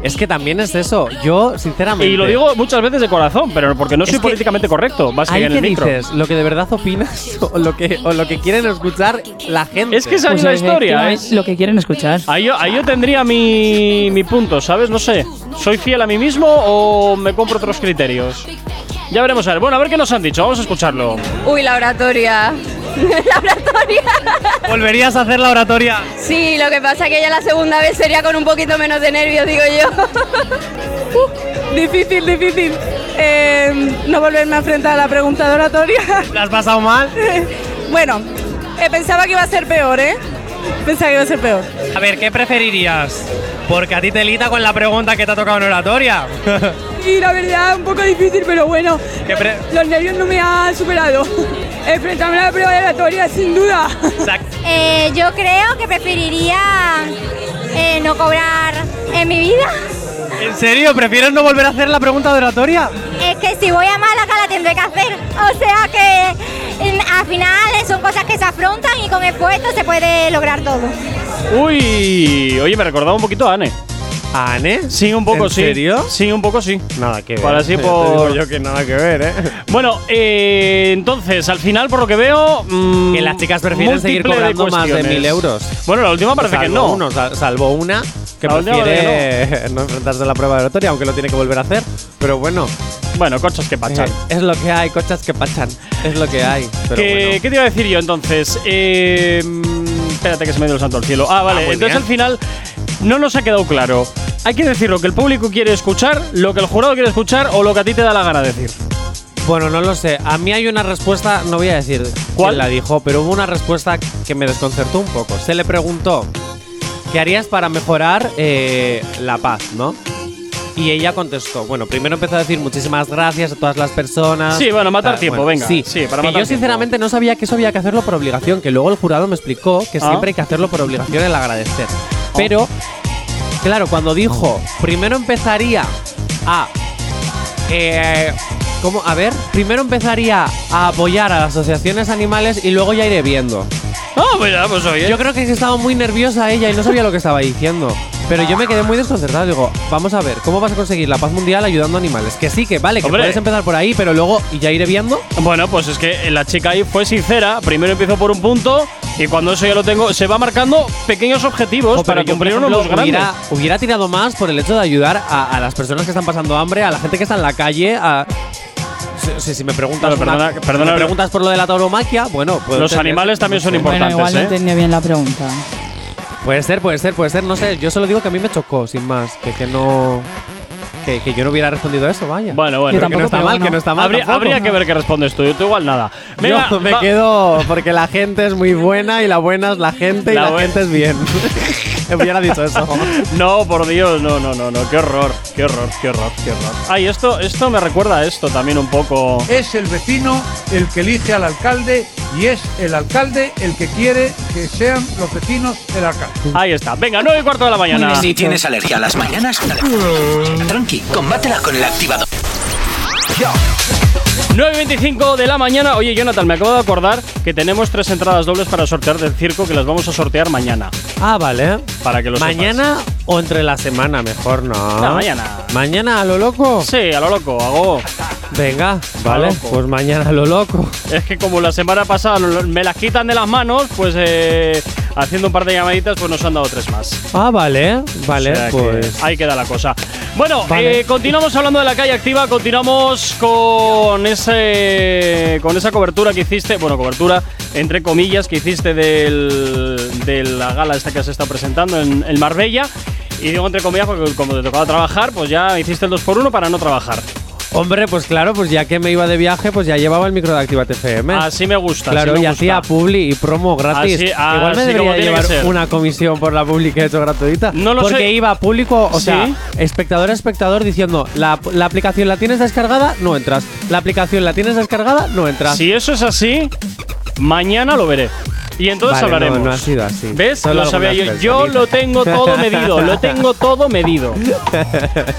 B: Es que también es eso. Yo, sinceramente.
A: Y lo digo muchas veces de corazón, pero porque no soy políticamente correcto. Vas
B: Ahí
A: en el
B: que
A: micro.
B: dices lo que de verdad opinas o lo que, o lo que quieren escuchar la gente. Pues
A: Es que esa es la historia.
C: Pues
B: ¿eh?
C: efectivamente, Lo que quieren escuchar.
A: Ahí yo, ahí yo tendría mi, mi punto, ¿sabes? No sé. ¿Soy fiel a mí mismo o me compro otros criterios? Ya veremos a ver. Bueno, a ver qué nos han dicho. Vamos a escucharlo.
M: Uy, la oratoria. la oratoria.
A: ¿Volverías a hacer la oratoria?
M: Sí, lo que pasa que ya la segunda vez sería con un poquito menos de nervios, digo yo.
N: Uh, difícil, difícil. Eh, no volverme a enfrentar a la pregunta de oratoria.
B: ¿La has pasado mal?
N: bueno, eh, pensaba que iba a ser peor, ¿eh? Pensaba que iba a ser peor.
B: A ver, ¿qué preferirías? Porque a ti te lita con la pregunta que te ha tocado en oratoria.
N: Y la verdad, un poco difícil, pero bueno, los nervios no me han superado. Enfrentarme a la prueba de oratoria, sin duda.
O: Eh, yo creo que preferiría eh, no cobrar en mi vida.
B: ¿En serio? ¿Prefieres no volver a hacer la pregunta de oratoria?
O: Es que si voy a Málaga la tendré que hacer. O sea que en- al final eh, son cosas que se afrontan y con esfuerzo se puede lograr todo.
A: Uy, oye, me recordaba un poquito a Ane.
B: ¿A Ane?
A: Sí, un poco
B: ¿En
A: sí.
B: serio?
A: Sí, un poco sí.
B: Nada que ver.
A: Para así
B: Ya te
A: por-
B: digo yo que nada que ver, ¿eh?
A: Bueno, eh, entonces, al final, por lo que veo. mm,
B: Que las chicas prefieren seguir cobrando más de 1000 euros.
A: Bueno, la última parece que
B: Salvo
A: no.
B: uno, sal- salvo una que
A: La última parece
B: prefiere no enfrentarse a la prueba de oratoria, aunque lo tiene que volver a hacer. Pero bueno.
A: Bueno, cochas que pachan.
B: es lo que hay, cochas que pachan. Es lo que hay. Pero
A: ¿Qué,
B: bueno.
A: qué te iba a decir yo entonces? Eh, mm, espérate que se me dio el santo al cielo. Ah, vale.
B: Ah, muy
A: entonces
B: bien.
A: al final no nos ha quedado claro. Hay que decir lo que el público quiere escuchar, lo que el jurado quiere escuchar o lo que a ti te da la gana decir.
B: Bueno, no lo sé. A mí hay una respuesta, no voy a decir cuál la dijo, pero hubo una respuesta que me desconcertó un poco. Se le preguntó, ¿qué harías para mejorar eh, la paz, no? Y ella contestó, bueno, primero empezó a decir muchísimas gracias a todas las personas.
A: Sí, bueno, matar
B: Tal,
A: tiempo,
B: bueno,
A: venga.
B: Sí,
A: Sí, para
B: Que
A: matar
B: yo sinceramente no sabía que eso había que hacerlo por obligación, que luego el jurado me explicó que
A: Ah.
B: siempre hay que hacerlo por obligación el agradecer. Pero, claro, cuando dijo, primero empezaría a eh, ¿Cómo? A ver, primero empezaría a apoyar a las asociaciones animales y luego ya iré viendo.
A: Ah, mira, pues oye.
B: Yo creo que estaba muy nerviosa ella y no sabía lo que estaba diciendo. Pero yo me quedé muy desconcertado. Digo, vamos a ver, ¿cómo vas a conseguir la paz mundial ayudando a animales? Que sí, que vale, que
A: Hombre.
B: puedes empezar por ahí, pero luego y ya iré viendo.
A: Bueno, pues es que la chica ahí fue sincera. Primero empiezo por un punto y cuando eso ya lo tengo, se va marcando pequeños objetivos
B: Jo, pero
A: Pues para
B: yo, por
A: cumplir uno
B: ejemplo,
A: más grande.
B: hubiera, hubiera tirado más por el hecho de ayudar a, a las personas que están pasando hambre, a la gente que está en la calle, a. Si, si- si me preguntas,
A: Pero perdona-
B: una- si
A: perdona,
B: me
A: pero-
B: preguntas por lo de la tauromaquia, bueno, puedo
A: Los
B: entender.
A: animales también son
B: ¿eh?
A: ¿eh?
B: Bueno,
C: Bueno, igual no entendía bien la pregunta.
B: Puede ser, puede ser, puede ser. No sé, yo solo digo que a mí me chocó, sin más. Que, que no. Que, que yo no hubiera respondido eso, vaya.
A: Bueno, bueno,
B: que no está mal, que no está mal.
A: Habría,
B: tampoco.
A: habría que ver qué respondes tú. Tú igual nada. Venga,
B: yo me
A: va-
B: quedo porque la gente es muy buena y la buena es la gente
A: La
B: y la
A: buen-
B: gente es bien. hubiera dicho eso.
A: No, por Dios, no, no, no, no, qué horror, qué horror, qué horror, qué horror. Ay, esto, esto me recuerda a esto también un poco.
P: Es el vecino el que elige al alcalde y es el alcalde el que quiere que sean los vecinos el alcalde.
A: Ahí está. Venga, 9 y cuarto de la mañana.
D: Si tienes alergia a las mañanas, dale. tranqui, combátela con el activador.
A: 9.25 de la mañana. Oye, Jonathan, me acabo de acordar que tenemos tres entradas dobles para sortear del circo que las vamos a sortear mañana.
B: Ah, vale.
A: Para que lo sepas.
B: Mañana o entre la semana, mejor no.
A: No, mañana.
B: Mañana a lo loco.
A: Sí, a lo loco, hago.
B: Venga, vale,
A: loco.
B: pues mañana lo loco.
A: Es que como la semana pasada lo- lo- me las quitan de las manos, pues eh, haciendo un par de llamaditas, pues nos han dado tres más.
B: Ah, vale, vale,
A: O sea que
B: pues.
A: Ahí queda la cosa. Bueno,
B: Vale.
A: eh, continuamos hablando de la calle activa, continuamos con ese con esa cobertura que hiciste, bueno, cobertura entre comillas que hiciste del, de la gala esta que se está presentando en el Marbella. Y digo entre comillas porque como te tocaba trabajar, pues ya hiciste el 2x1 para no trabajar.
B: Hombre, pues claro, pues ya que me iba de viaje, pues ya llevaba el micro de Activate FM.
A: Ah, Así Ah, me gusta.
B: Claro,
A: así
B: y
A: me
B: hacía
A: gusta.
B: publi y promo gratis.
A: Así-
B: Igual me
A: así como
B: debería
A: tiene que
B: llevar
A: ser.
B: una comisión por la publi que he hecho gratuita.
A: No lo
B: Porque
A: sé.
B: iba público, o
A: ¿Sí?
B: sea, espectador a espectador diciendo, la, la aplicación la tienes descargada, no entras. La aplicación la tienes descargada, no entras.
A: Si eso es así, mañana lo veré. Y entonces
B: Vale, no,
A: hablaremos.
B: No, ha sido así.
A: ¿Ves?
B: Solo
A: lo sabía yo.
B: algunas
A: Yo
B: personitas.
A: lo tengo todo medido. Lo tengo todo medido.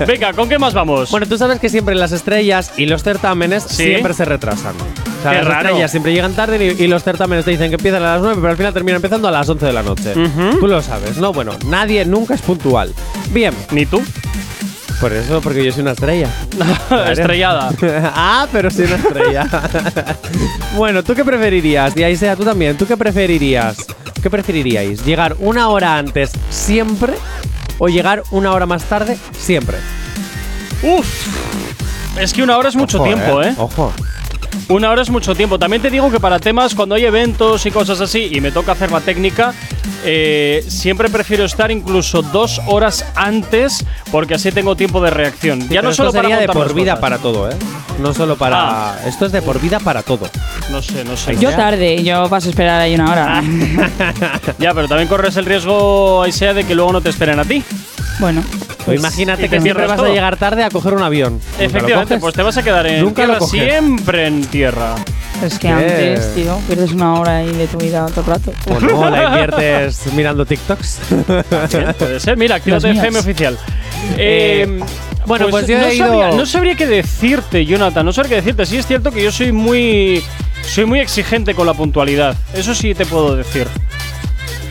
A: Venga, ¿con qué más vamos?
B: Bueno, tú sabes que siempre las estrellas y los certámenes siempre se retrasan. O sea,
A: Qué
B: las
A: raro.
B: estrellas siempre llegan tarde y, y los certámenes te dicen que empiezan a las 9, pero al final terminan empezando a las 11 de la noche.
A: Ujú.
B: Tú lo sabes, ¿no? Bueno, nadie nunca es puntual. Bien.
A: ¿Ni tú?
B: Por eso, porque yo soy una estrella. Claro.
A: Estrellada.
B: ah, pero soy una estrella. bueno, ¿tú qué preferirías? Y ahí sea tú también. ¿Tú qué preferirías? ¿Qué preferiríais? ¿Llegar una hora antes siempre o llegar una hora más tarde siempre?
A: Uf. Es que una hora es mucho
B: Ojo,
A: tiempo, ¿eh?
B: Ojo.
A: Una hora es mucho tiempo. También te digo que para temas, cuando hay eventos y cosas así, y me toca hacer la técnica, eh, siempre prefiero estar incluso dos horas antes, porque así tengo tiempo de reacción. ya
B: Pero
A: no
B: esto
A: solo
B: sería
A: para
B: de
A: montar
B: por
A: las
B: vida
A: cosas. Ah.
B: para todo, ¿eh? No solo para. Esto es de por vida para todo.
A: No sé, no sé.
C: Yo tarde, yo vas a esperar ahí una hora.
A: Ya, pero también corres el riesgo, ahí sea, de que luego no te esperen a ti.
C: Bueno.
A: Pues- ¿Y
B: imagínate
A: te
B: que siempre
A: cierras
B: vas
A: todo?
B: a llegar tarde a coger un avión. ¿Nunca lo
A: Efectivamente,
B: coges?
A: pues te vas a quedar en
B: Nunca lo
A: tierra,
B: coges.
A: siempre en tierra.
C: Es que
B: ¿Qué?
C: antes, tío, pierdes una hora ahí de tu vida otro rato.
B: O Pues no, la inviertes mirando TikToks.
A: Bien, puede ser. Mira, actívate
B: Los míos.
A: FM oficial. Eh,
B: Eh, bueno, pues yo
A: no,
B: he
A: sabría,
B: ido-
A: no sabría qué decirte, Jonathan. No sabría qué decirte. Sí es cierto que yo soy muy, soy muy exigente con la puntualidad. Eso sí te puedo decir.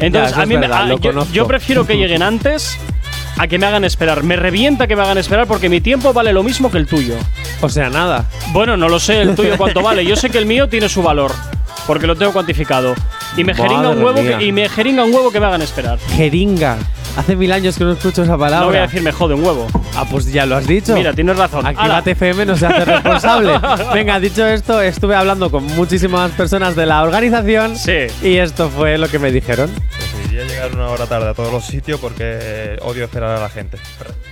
A: Entonces,
B: eso
A: a
B: es
A: mí me-
B: verdad,
A: a-
B: lo
A: yo- yo,
B: conozco.
A: prefiero que lleguen antes a que me hagan esperar. Me revienta que me hagan esperar porque mi tiempo vale lo mismo que el tuyo.
B: O sea, nada.
A: Bueno, no lo sé el tuyo cuánto vale. Yo sé que el mío tiene su valor porque lo tengo cuantificado. Y me
B: Madre
A: jeringa un huevo
B: mía.
A: que, y me jeringa un huevo que me hagan esperar.
B: Jeringa. Hace mil años que no escucho esa palabra.
A: No voy a decir me jode un huevo.
B: Ah, pues ya lo has dicho.
A: Mira, tienes razón. Ala.
B: Activate FM no se hace responsable. Venga, dicho esto, estuve hablando con muchísimas personas de la organización.
A: Sí.
B: Y esto fue lo que me dijeron.
Q: Preferiría llegar una hora tarde a todos los sitios porque odio esperar a la gente.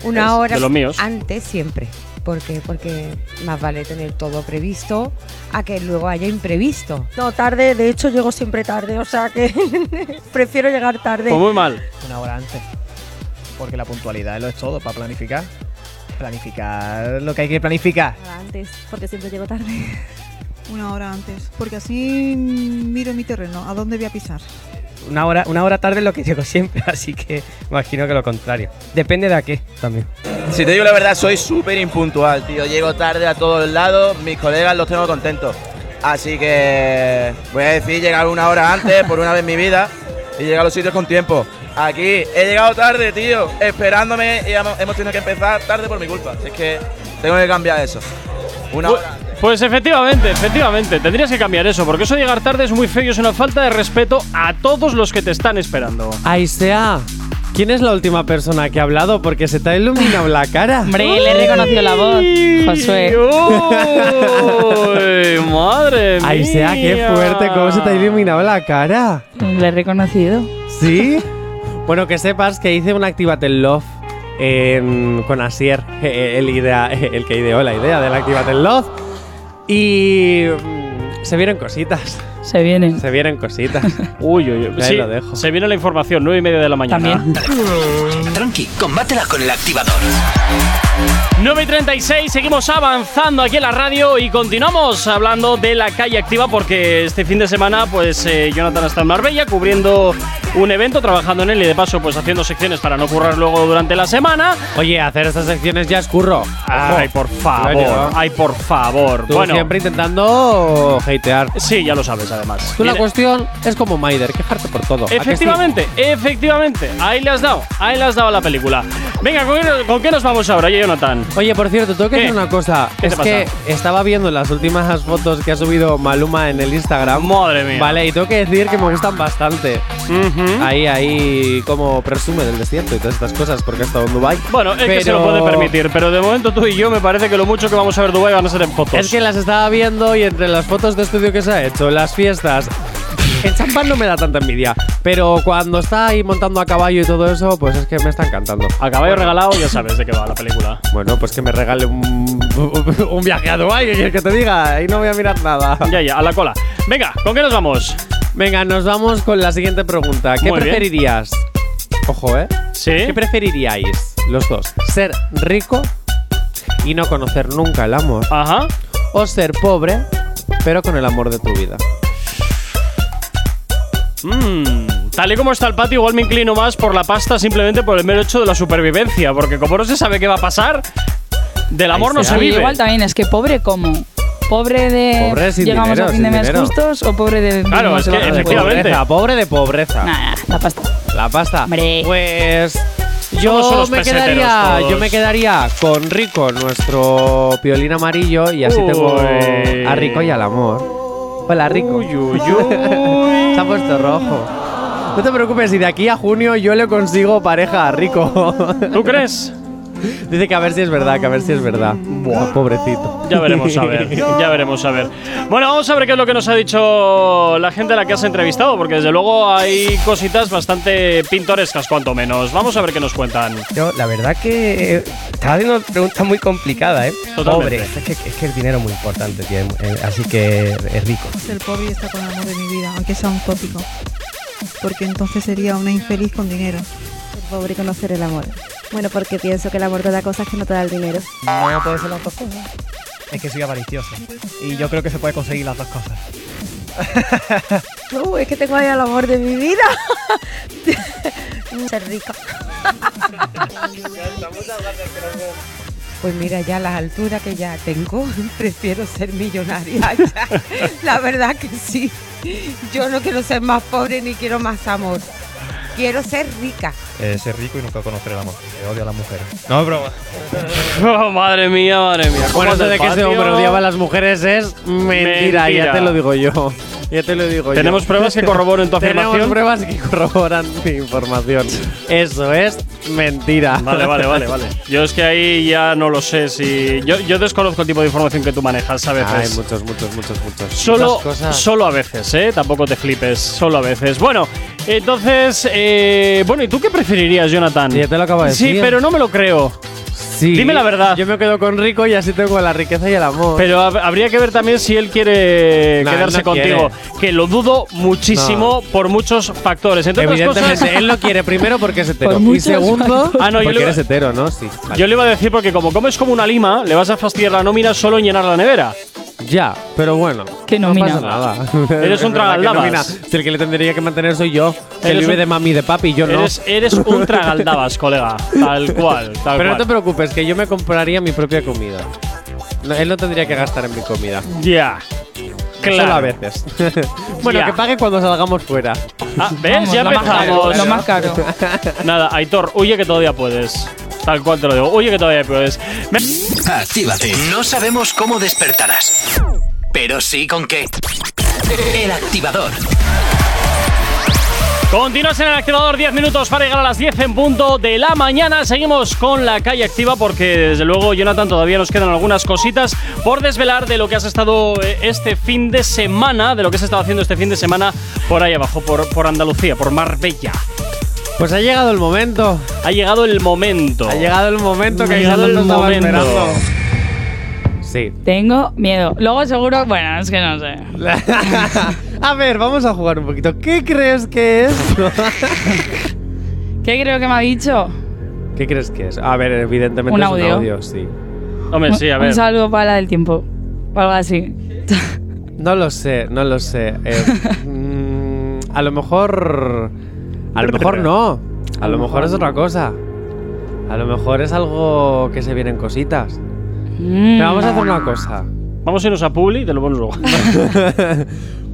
R: Una
Q: Es
R: hora
Q: de los míos.
R: antes siempre. ¿Por qué? Porque más vale tener todo previsto a que luego haya imprevisto.
H: No, tarde, de hecho llego siempre tarde, o sea que prefiero llegar tarde.
A: Pues muy mal.
S: Una hora antes. Porque la puntualidad lo es todo para planificar. Planificar lo que hay que planificar.
T: antes, porque siempre llego tarde.
U: Una hora antes, porque así miro mi terreno, a dónde voy a pisar.
V: Una hora, una hora tarde es lo que llego siempre, así que imagino que lo contrario. Depende de a qué también.
W: Si te digo la verdad, soy súper impuntual, tío. Llego tarde a todos lados, mis colegas los tengo contentos. Así que voy a decir llegar una hora antes, por una vez en mi vida, y llegar a los sitios con tiempo. Aquí he llegado tarde, tío, esperándome y hemos hemos tenido que empezar tarde por mi culpa. Así que tengo que cambiar eso. Una hora.
A: Pues efectivamente, efectivamente, tendrías que cambiar eso, porque eso de llegar tarde es muy feo y es una falta de respeto a todos los que te están esperando.
B: Ahí sea. ¿Quién es la última persona que ha hablado? Porque se te ha iluminado la cara.
C: Hombre, le he reconocido la voz, Josué.
A: ¡Uy! ¡Madre mía!
B: Ahí sea, qué fuerte, cómo se te ha iluminado la cara.
C: Le he reconocido.
B: ¿Sí? bueno, que sepas que hice un Activate Love en- con Asier, el, idea, el que ideó la idea del Activate Love. Y mm, se vieron cositas.
C: Se vienen.
B: Se vienen cositas.
A: uy, uy,
B: Ahí
A: Sí,
B: lo dejo.
A: Se viene la información, nueve y media de la mañana.
D: Tranqui, combátela con el activador.
A: 9 y 36, seguimos avanzando aquí en la radio y continuamos hablando de la calle activa porque este fin de semana pues eh, Jonathan está en Marbella cubriendo un evento, trabajando en él y de paso pues haciendo secciones para no currar luego durante la semana.
B: Oye, hacer estas secciones ya es curro.
A: Ay, por favor, ay, por favor.
B: Tú
A: bueno,
B: siempre intentando hatear.
A: Sí, ya lo sabes, además.
B: Tú la
A: Viene-
B: cuestión es como Maider, quejarte por todo. ¿a que sí?
A: Efectivamente, efectivamente. Ahí le has dado, ahí le has dado a la película. Venga, ¿con qué, con qué nos vamos ahora, oye, Jonathan?
B: Oye, por cierto, tengo que
A: ¿Qué?
B: decir una cosa.
A: ¿Qué te
B: es
A: pasa?
B: que estaba viendo las últimas fotos que ha subido Maluma en el Instagram.
A: Madre mía. ¿Mm?
B: Vale, y tengo que decir que me gustan bastante. Ahí, ahí, como presume del desierto y todas estas cosas, porque ha estado en Dubai.
A: Bueno, es que se lo puede permitir, pero de momento tú y yo me parece que lo mucho que vamos a ver Dubai van a ser en fotos.
B: Es que las estaba viendo y entre las fotos de estudio que se ha hecho, las fiestas. El champán no me da tanta envidia, pero cuando está ahí montando a caballo y todo eso, pues es que me está encantando. Ah,
A: A caballo regalado ya sabes de qué va la película.
B: Bueno, pues que me regale un, un viaje a Dubái, ¿qué quieres que te diga? Ahí no voy a mirar nada.
A: Ya, ya, a la cola. Venga, ¿con qué nos vamos?
B: Venga, nos vamos con la siguiente pregunta. ¿Qué
A: Muy bien.
B: preferirías? Ojo, ¿eh?
A: ¿Sí?
B: ¿Qué preferiríais los dos? ¿Ser rico y no conocer nunca el amor?
A: Ajá.
B: ¿O ser pobre, pero con el amor de tu vida?
A: Mm, Tal y como está el patio, igual me inclino más por la pasta simplemente por el mero hecho de la supervivencia, porque como no se sabe qué va a pasar, del amor no se
C: Sí,
A: vive.
C: Igual también es que pobre como. Pobre de
A: Pobre sin
C: llegamos
A: dinero,
C: a fin de
A: sin
C: mes
A: dinero.
C: justos o pobre de
A: Claro,
C: vivimos
A: es que
C: debajo del puente?
A: efectivamente.
B: Pobreza, pobre de pobreza.
C: Nah, la pasta.
B: La pasta. Pues
C: Somos
B: yo
C: unos
B: me
C: peseteros
B: quedaría,
C: todos.
B: yo me quedaría con Rico, nuestro piolín amarillo y así tengo
A: Uy.
B: a Rico y al amor. Hola Rico. Se ha puesto rojo. No te preocupes, si de aquí a junio yo le consigo pareja a Rico.
A: ¿Tú crees?
B: Dice que a ver si es verdad, que a ver si es verdad. Buah, pobrecito.
A: Ya veremos a ver, ya veremos a ver. Bueno, vamos a ver qué es lo que nos ha dicho la gente a la que has entrevistado, porque desde luego hay cositas bastante pintorescas, cuanto menos. Vamos a ver qué nos cuentan.
V: Yo, la verdad que eh, estaba haciendo una pregunta muy complicada, ¿eh?
A: Totalmente.
V: Pobre. Es que, es que el dinero es muy importante, tío, es- eh, así que es rico.
T: Ser pobre y estar con el amor de mi vida, aunque sea un tópico. Porque entonces sería una infeliz con dinero. Ser pobre y conocer el amor. Bueno, porque pienso que el amor te da cosas que no te da el dinero.
V: No puede ser las dos cosas.
S: Es que soy avaricioso. Y yo creo que se puede conseguir las dos cosas.
H: Uh, es que tengo ahí el amor de mi vida. Ser rica.
R: Pues mira, ya a las alturas que ya tengo, prefiero ser millonaria. ya. La verdad que sí. Yo no quiero ser más pobre ni quiero más amor. Quiero ser rica.
Q: Eh, ser rico y nunca conocer el amor. Que odio a las mujeres. No, es broma.
A: Oh, madre mía, madre mía.
B: Bueno,
A: ¿Cómo
B: eso
A: es
B: de
A: el
B: que ese
A: patio?
B: hombre odiaba a las mujeres es mentira,
A: Mentira.
B: ya te lo digo yo. Ya te lo digo yo.
A: Tenemos pruebas que corroboran tu afirmación.
B: Tenemos pruebas que corroboran mi información. Eso es mentira.
A: Vale, vale, vale, vale. Yo es que ahí ya no lo sé si. Yo, yo desconozco el tipo de información que tú manejas a veces.
B: Hay muchos, muchos, muchos, muchos.
A: Solo,
B: Muchas cosas.
A: solo a veces, ¿eh? Tampoco te flipes, solo a veces. Bueno, entonces, eh, bueno, ¿y tú qué preferirías, Jonathan?
B: Ya te lo acabo de
A: Sí,
B: decir.
A: pero no me lo creo.
B: Sí.
A: Dime la verdad.
B: Yo me quedo con Rico y así tengo la riqueza y el amor.
A: Pero hab- habría que ver también si él quiere
B: No,
A: quedarse
B: él no
A: contigo, que lo dudo muchísimo por muchos factores. Entre otras
B: Evidentemente,
A: cosas,
B: él lo quiere primero porque es hetero.
A: Por
B: y
A: muchos
B: segundo,
A: factores. Ah, no, yo
B: porque
A: le-
B: eres hetero, ¿no? Sí. vale.
A: yo le iba a decir porque como comes como una lima, le vas a fastidiar la nómina solo en llenar la nevera.
B: Ya, pero bueno.
C: Que
B: no
A: nómina.
B: pasa nada.
A: Eres un
B: Es verdad que
A: tragaldabas.
B: nómina. Si el que le tendría que mantener soy yo, que
A: Eres
B: él vive
A: un-
B: de mami y de papi, yo no.
A: Eres, eres un tragaldabas, colega. Tal cual, tal
B: Pero no te
A: cual.
B: preocupes, que yo me compraría mi propia comida. No, él no tendría que gastar en mi comida.
A: Ya. Claro.
B: Solo a veces. bueno,
A: Ya.
B: que pague cuando salgamos fuera.
A: Ah, ¿ves?
B: Vamos,
A: ya
B: lo más caro,
A: empezamos.
B: lo más caro.
A: Nada, Aitor, huye que todavía puedes. Tal cual te lo digo, huye que todavía puedes.
D: Actívate. No sabemos cómo despertarás, pero sí con qué. El activador.
A: Continúas en el activador 10 minutos para llegar a las 10 en punto de la mañana. Seguimos con la calle activa porque desde luego, Jonathan, todavía nos quedan algunas cositas por desvelar de lo que has estado eh, este fin de semana, de lo que has estado haciendo este fin de semana por ahí abajo, por, por Andalucía, por Marbella.
B: Pues ha llegado el momento.
A: Ha llegado el momento.
B: Ha llegado el momento que
A: Ha llegado
B: yo no
A: el
B: estaba
A: momento.
B: esperando. Sí.
C: Tengo miedo. Luego seguro, bueno, es que no sé.
B: a ver, vamos a jugar un poquito. ¿Qué crees que es?
C: ¿Qué creo que me ha dicho?
B: ¿Qué crees que es? A ver, evidentemente
C: Un
B: es un
C: audio.
B: audio, sí.
A: Hombre, sí, a
C: Un
A: ver.
C: saludo para la del tiempo. O algo así.
B: No lo sé, no lo sé. Eh, mm, a lo mejor. A lo mejor no. A lo mejor es otra cosa. A lo mejor es algo que se vienen cositas. Pero vamos a hacer una cosa.
A: Vamos a irnos a Publi y te lo pones luego.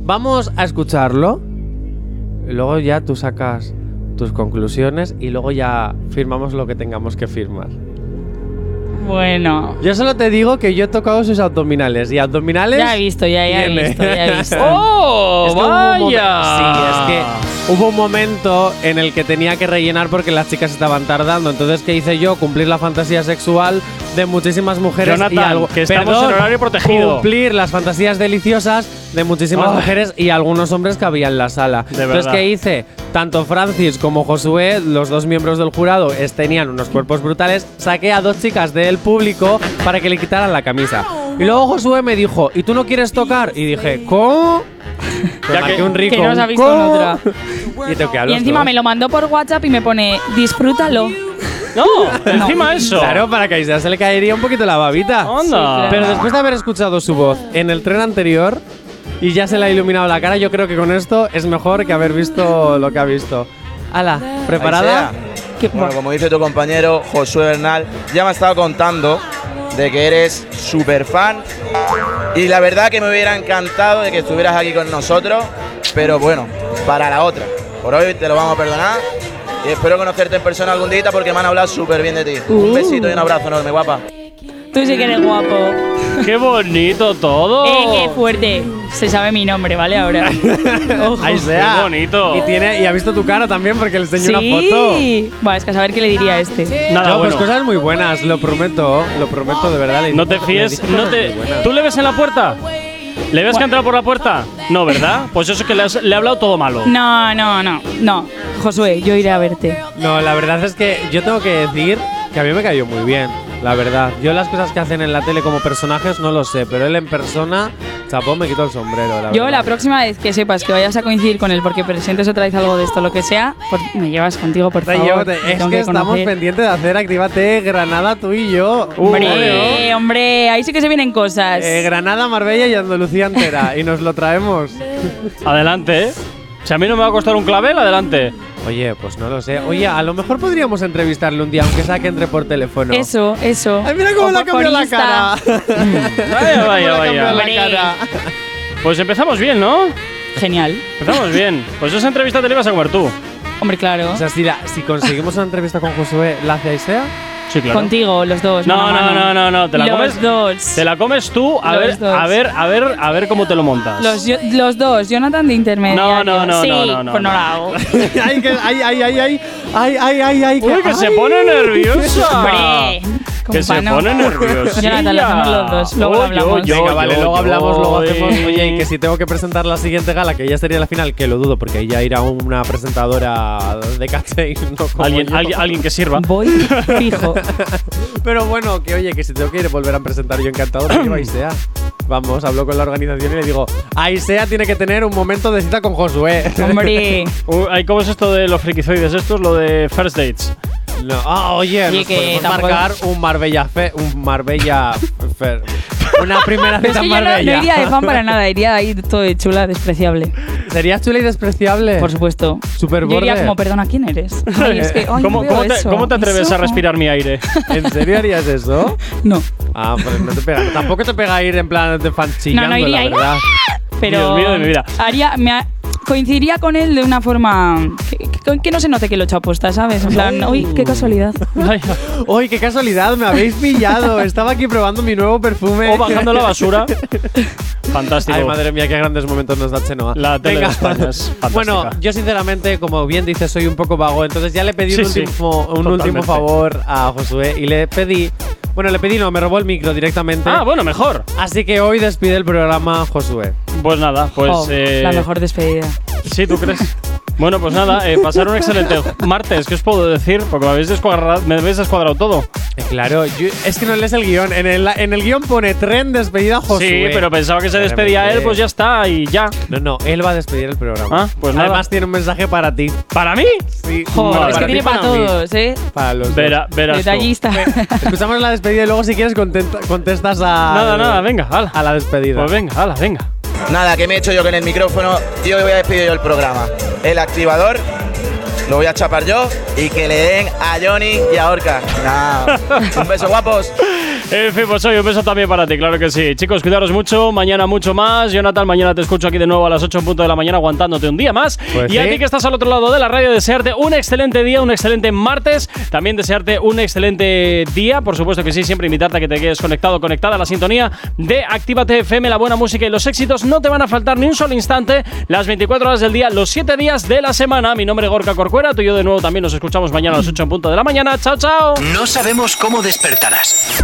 B: Vamos a escucharlo. Y luego ya tú sacas tus conclusiones y luego ya firmamos lo que tengamos que firmar.
C: Mm, Bueno.
B: Yo solo te digo que yo he tocado sus abdominales y abdominales.
C: Ya he visto, ya, ya he
B: tiene.
C: visto, ya he visto.
A: ¡Oh!
B: Es que hubo un momen-
A: ¡Vaya!
B: Sí, es que hubo un momento en el que tenía que rellenar porque las chicas estaban tardando. Entonces, ¿qué hice yo? Cumplir la fantasía sexual de muchísimas mujeres y
A: Jonathan,
B: algo.
A: que estamos
B: Perdón,
A: en horario protegido.
B: Cumplir las fantasías deliciosas de muchísimas
A: Ay.
B: mujeres y algunos hombres que había en la sala. Entonces,
A: verdad.
B: ¿qué hice? Tanto Francis como Josué, los dos miembros del jurado, es- tenían unos cuerpos brutales. Saqué a dos chicas del público para que le quitaran la camisa. Y luego Josué me dijo, ¿y tú no quieres tocar? Y dije, ¿cómo? Te
C: Ya
B: marqué
C: que-
B: un rico.
C: que no os
B: un
C: ha visto en
B: co-
C: otra.
B: Y tengo que
C: Y
B: hablar.
C: encima me lo mandó por WhatsApp y me pone, disfrútalo.
A: No, encima eso.
B: Claro, para que ya se le caería un poquito la babita.
A: Anda. Sí, claro.
B: Pero después de haber escuchado su voz en el tren anterior y ya se le ha iluminado la cara, yo creo que con esto es mejor que haber visto lo que ha visto. Ala, ¿preparada?
W: Ahí sea. Bueno, como dice tu compañero Josué Bernal, ya me ha estado contando de que eres súper fan. Y la verdad que me hubiera encantado de que estuvieras aquí con nosotros. Pero bueno, para la otra. Por hoy te lo vamos a perdonar. Y espero conocerte en persona algún día porque me han hablado súper bien de ti. Un
C: Uh.
W: besito y un abrazo enorme, guapa.
C: Tú sí que eres guapo.
A: ¡Qué bonito
B: Oh.
A: todo!
C: Eh, qué fuerte. Se sabe mi nombre, ¿vale? Ahora. Ojo.
B: Ahí sea.
A: Qué bonito.
B: Y, tiene, y ha visto tu cara también porque le enseñó una foto.
C: Sí. Bueno, es que a saber qué le diría a este.
A: Ah,
B: no, pues cosas muy buenas, lo prometo, lo prometo de verdad. le-
A: No te
B: le
A: fíes,
B: he dicho
A: no
B: cosas
A: te.
B: muy buenas.
A: ¿Tú le ves en la puerta? ¿Le ves que ha entrado por la puerta? No, ¿verdad? Pues eso es que le, has- le ha hablado todo malo.
C: No, no, no. No. Josué, yo iré a verte.
B: No, la verdad es que yo tengo que decir que a mí me cayó muy bien, la verdad. Yo las cosas que hacen en la tele como personajes no lo sé, pero él en persona, chapón, me quitó el sombrero, la
C: Yo
B: verdad.
C: la próxima vez que sepas que vayas a coincidir con él porque presentes otra vez algo de esto, lo que sea, por- me llevas contigo, por
B: Te
C: favor.
B: llevo- te-
C: te
B: es
C: tengo
B: que estamos
C: conocer.
B: pendientes de hacer Actívate Granada tú y yo.
C: Hombre, hombre, ahí sí que se vienen cosas.
B: Eh, Granada, Marbella y Andalucía entera. y nos lo traemos.
A: Adelante, ¿eh? Si a mí no me va a costar un clavel, adelante.
B: Oye, pues no lo sé. Oye, a lo mejor podríamos entrevistarle un día, aunque sea que entre por teléfono.
C: Eso, eso.
B: Ay, mira cómo
C: O
B: le ha
C: por-
B: cambiado
C: por
B: la
C: Insta.
B: cara.
A: Vaya, vaya, vaya.
C: Hombre.
A: Pues empezamos bien, ¿no?
C: Genial.
A: Empezamos bien. Pues esa entrevista te la ibas a comer tú.
C: Hombre, claro.
B: O sea, si, la- si conseguimos una entrevista con Josué, ¿la hacéis sea?
A: Sí, claro.
C: Contigo, los dos. mano
A: No,
C: a
A: no,
C: mano.
A: no, no, no. Te la
C: Los
A: comes.
C: Dos.
A: Te la comes tú, a
C: Los
A: ver,
C: dos.
A: a ver, a ver, a ver cómo te lo montas.
C: Los, yo- los dos, Jonathan de intermediario.
A: No, no, no,
C: sí,
A: no, no, no,
C: pues no,
A: no.
C: la hago.
B: ay, que, ay, ay, ay, ay, ay, ay, ay, ay,
A: Uy, que se pone nerviosa.
C: Hombre,
A: Que se
C: compano.
A: pone nerviosa.
C: Jonathan, lo hacemos los dos. Luego lo hablamos.
B: Venga, vale, luego hablamos, luego hacemos.
A: eh.
B: Oye, y que si tengo que presentar la siguiente gala, que ya sería la final, que lo dudo, porque ahí ya irá una presentadora de caché y no como
A: Alguien,
B: yo.
A: alguien, alguien que sirva.
C: Voy fijo.
B: Pero bueno, que oye, que si tengo que ir, volver a presentar yo encantado, me llevo a Aisea. Vamos, hablo con la organización y le digo, Aisea tiene que tener un momento de cita con Josué.
A: Uh, ay, ¿Cómo es esto de los frikizoides estos? Lo de first dates.
B: No. Ah, oye,
A: Oye,
B: nos
A: que
B: podemos
A: tampoco-
B: marcar un Marbella Fe, un Marbella Fer- una primera
C: Pero es
B: cita en
C: que yo no, no
B: Marbella.
C: iría de fan para nada, iría ahí todo de chula, despreciable.
B: Sería chula y despreciable.
C: Por supuesto.
B: Eh. Super
C: Yo iría
B: borde.
C: como, perdona, ¿quién eres? Ay, es que, ay,
A: Eh, ¿Cómo,
C: veo
A: cómo te,
C: eso,
A: cómo te
C: eso.
A: atreves a respirar mi aire?
B: ¿En serio harías eso?
C: No.
B: Ah, pues no te pega. Tampoco te pega ir en plan de fan chillando,
C: iría
B: la
C: ahí.
B: verdad.
C: Pero
B: Dios mío de mi vida.
C: Haría, me ha- coincidiría con él de una forma que, que- que no se note que lo he hecho aposta, ¿sabes? En plan, uy, qué casualidad.
B: Uy, qué casualidad, me habéis pillado. Estaba aquí probando mi nuevo perfume.
A: O bajando la basura. Fantástico.
B: Ay, madre mía, qué grandes momentos nos da Chenoa.
A: La tele
B: Venga.
A: de España es fantástica.
B: Bueno, yo sinceramente, como bien dices, soy un poco vago, entonces ya le pedí
A: Sí,
B: un,
A: sí.
B: último, un
A: Totalmente.
B: último favor a Josué y le pedí... Bueno, le pedí, no, me robó el micro directamente.
A: Ah, bueno, mejor.
B: Así que hoy despide el programa Josué.
A: Pues nada, pues.
C: Oh,
A: eh,
C: La mejor despedida.
A: Sí, ¿tú crees? Bueno, pues nada, eh, pasar un excelente martes. ¿Qué os puedo decir? Porque me habéis descuadrado, me habéis descuadrado todo.
B: Claro, yo- es que no lees el guión. En el, en el guión pone tren despedida Josué.
A: Sí, pero pensaba que se despedía
B: Claramente.
A: él, pues ya está y ya.
B: No, no, él va a despedir el programa.
A: Ah, pues nada.
B: Además tiene un mensaje para ti.
A: ¿Para mí?
B: Sí.
C: Joder,
B: Bueno,
C: es que
B: ti,
C: tiene para
B: mí.
C: todos, ¿eh?
B: Para los
A: Verá-
B: dos.
A: verás tú.
C: Detallista.
B: Escuchamos la despedida y luego si quieres contenta- contestas a
A: Nada, nada, venga,
B: a la despedida.
A: Pues venga, hala, venga.
W: Nada, que me he hecho yo con el micrófono y hoy voy a despedir yo el programa. El activador lo voy a chapar yo y que le den a Johnny y a Orca. Nah, Un beso, guapos.
A: En fin, pues hoy un beso también para ti, claro que sí. Chicos, cuidaros mucho, mañana mucho más. Jonathan, mañana te escucho aquí de nuevo a las 8 en punto de la mañana aguantándote un día más.
B: Pues
A: y a
B: sí.
A: ti que estás al otro lado de la radio, desearte un excelente día, un excelente martes. También desearte un excelente día, por supuesto que sí, siempre invitarte a que te quedes conectado, conectada a la sintonía de Actívate FM, la buena música y los éxitos. No te van a faltar ni un solo instante las 24 horas del día, los 7 días de la semana. Mi nombre es Gorka Corcuera, tú y yo de nuevo también nos escuchamos mañana a las 8 en punto de la mañana. Chao, chao.
D: No sabemos cómo despertarás,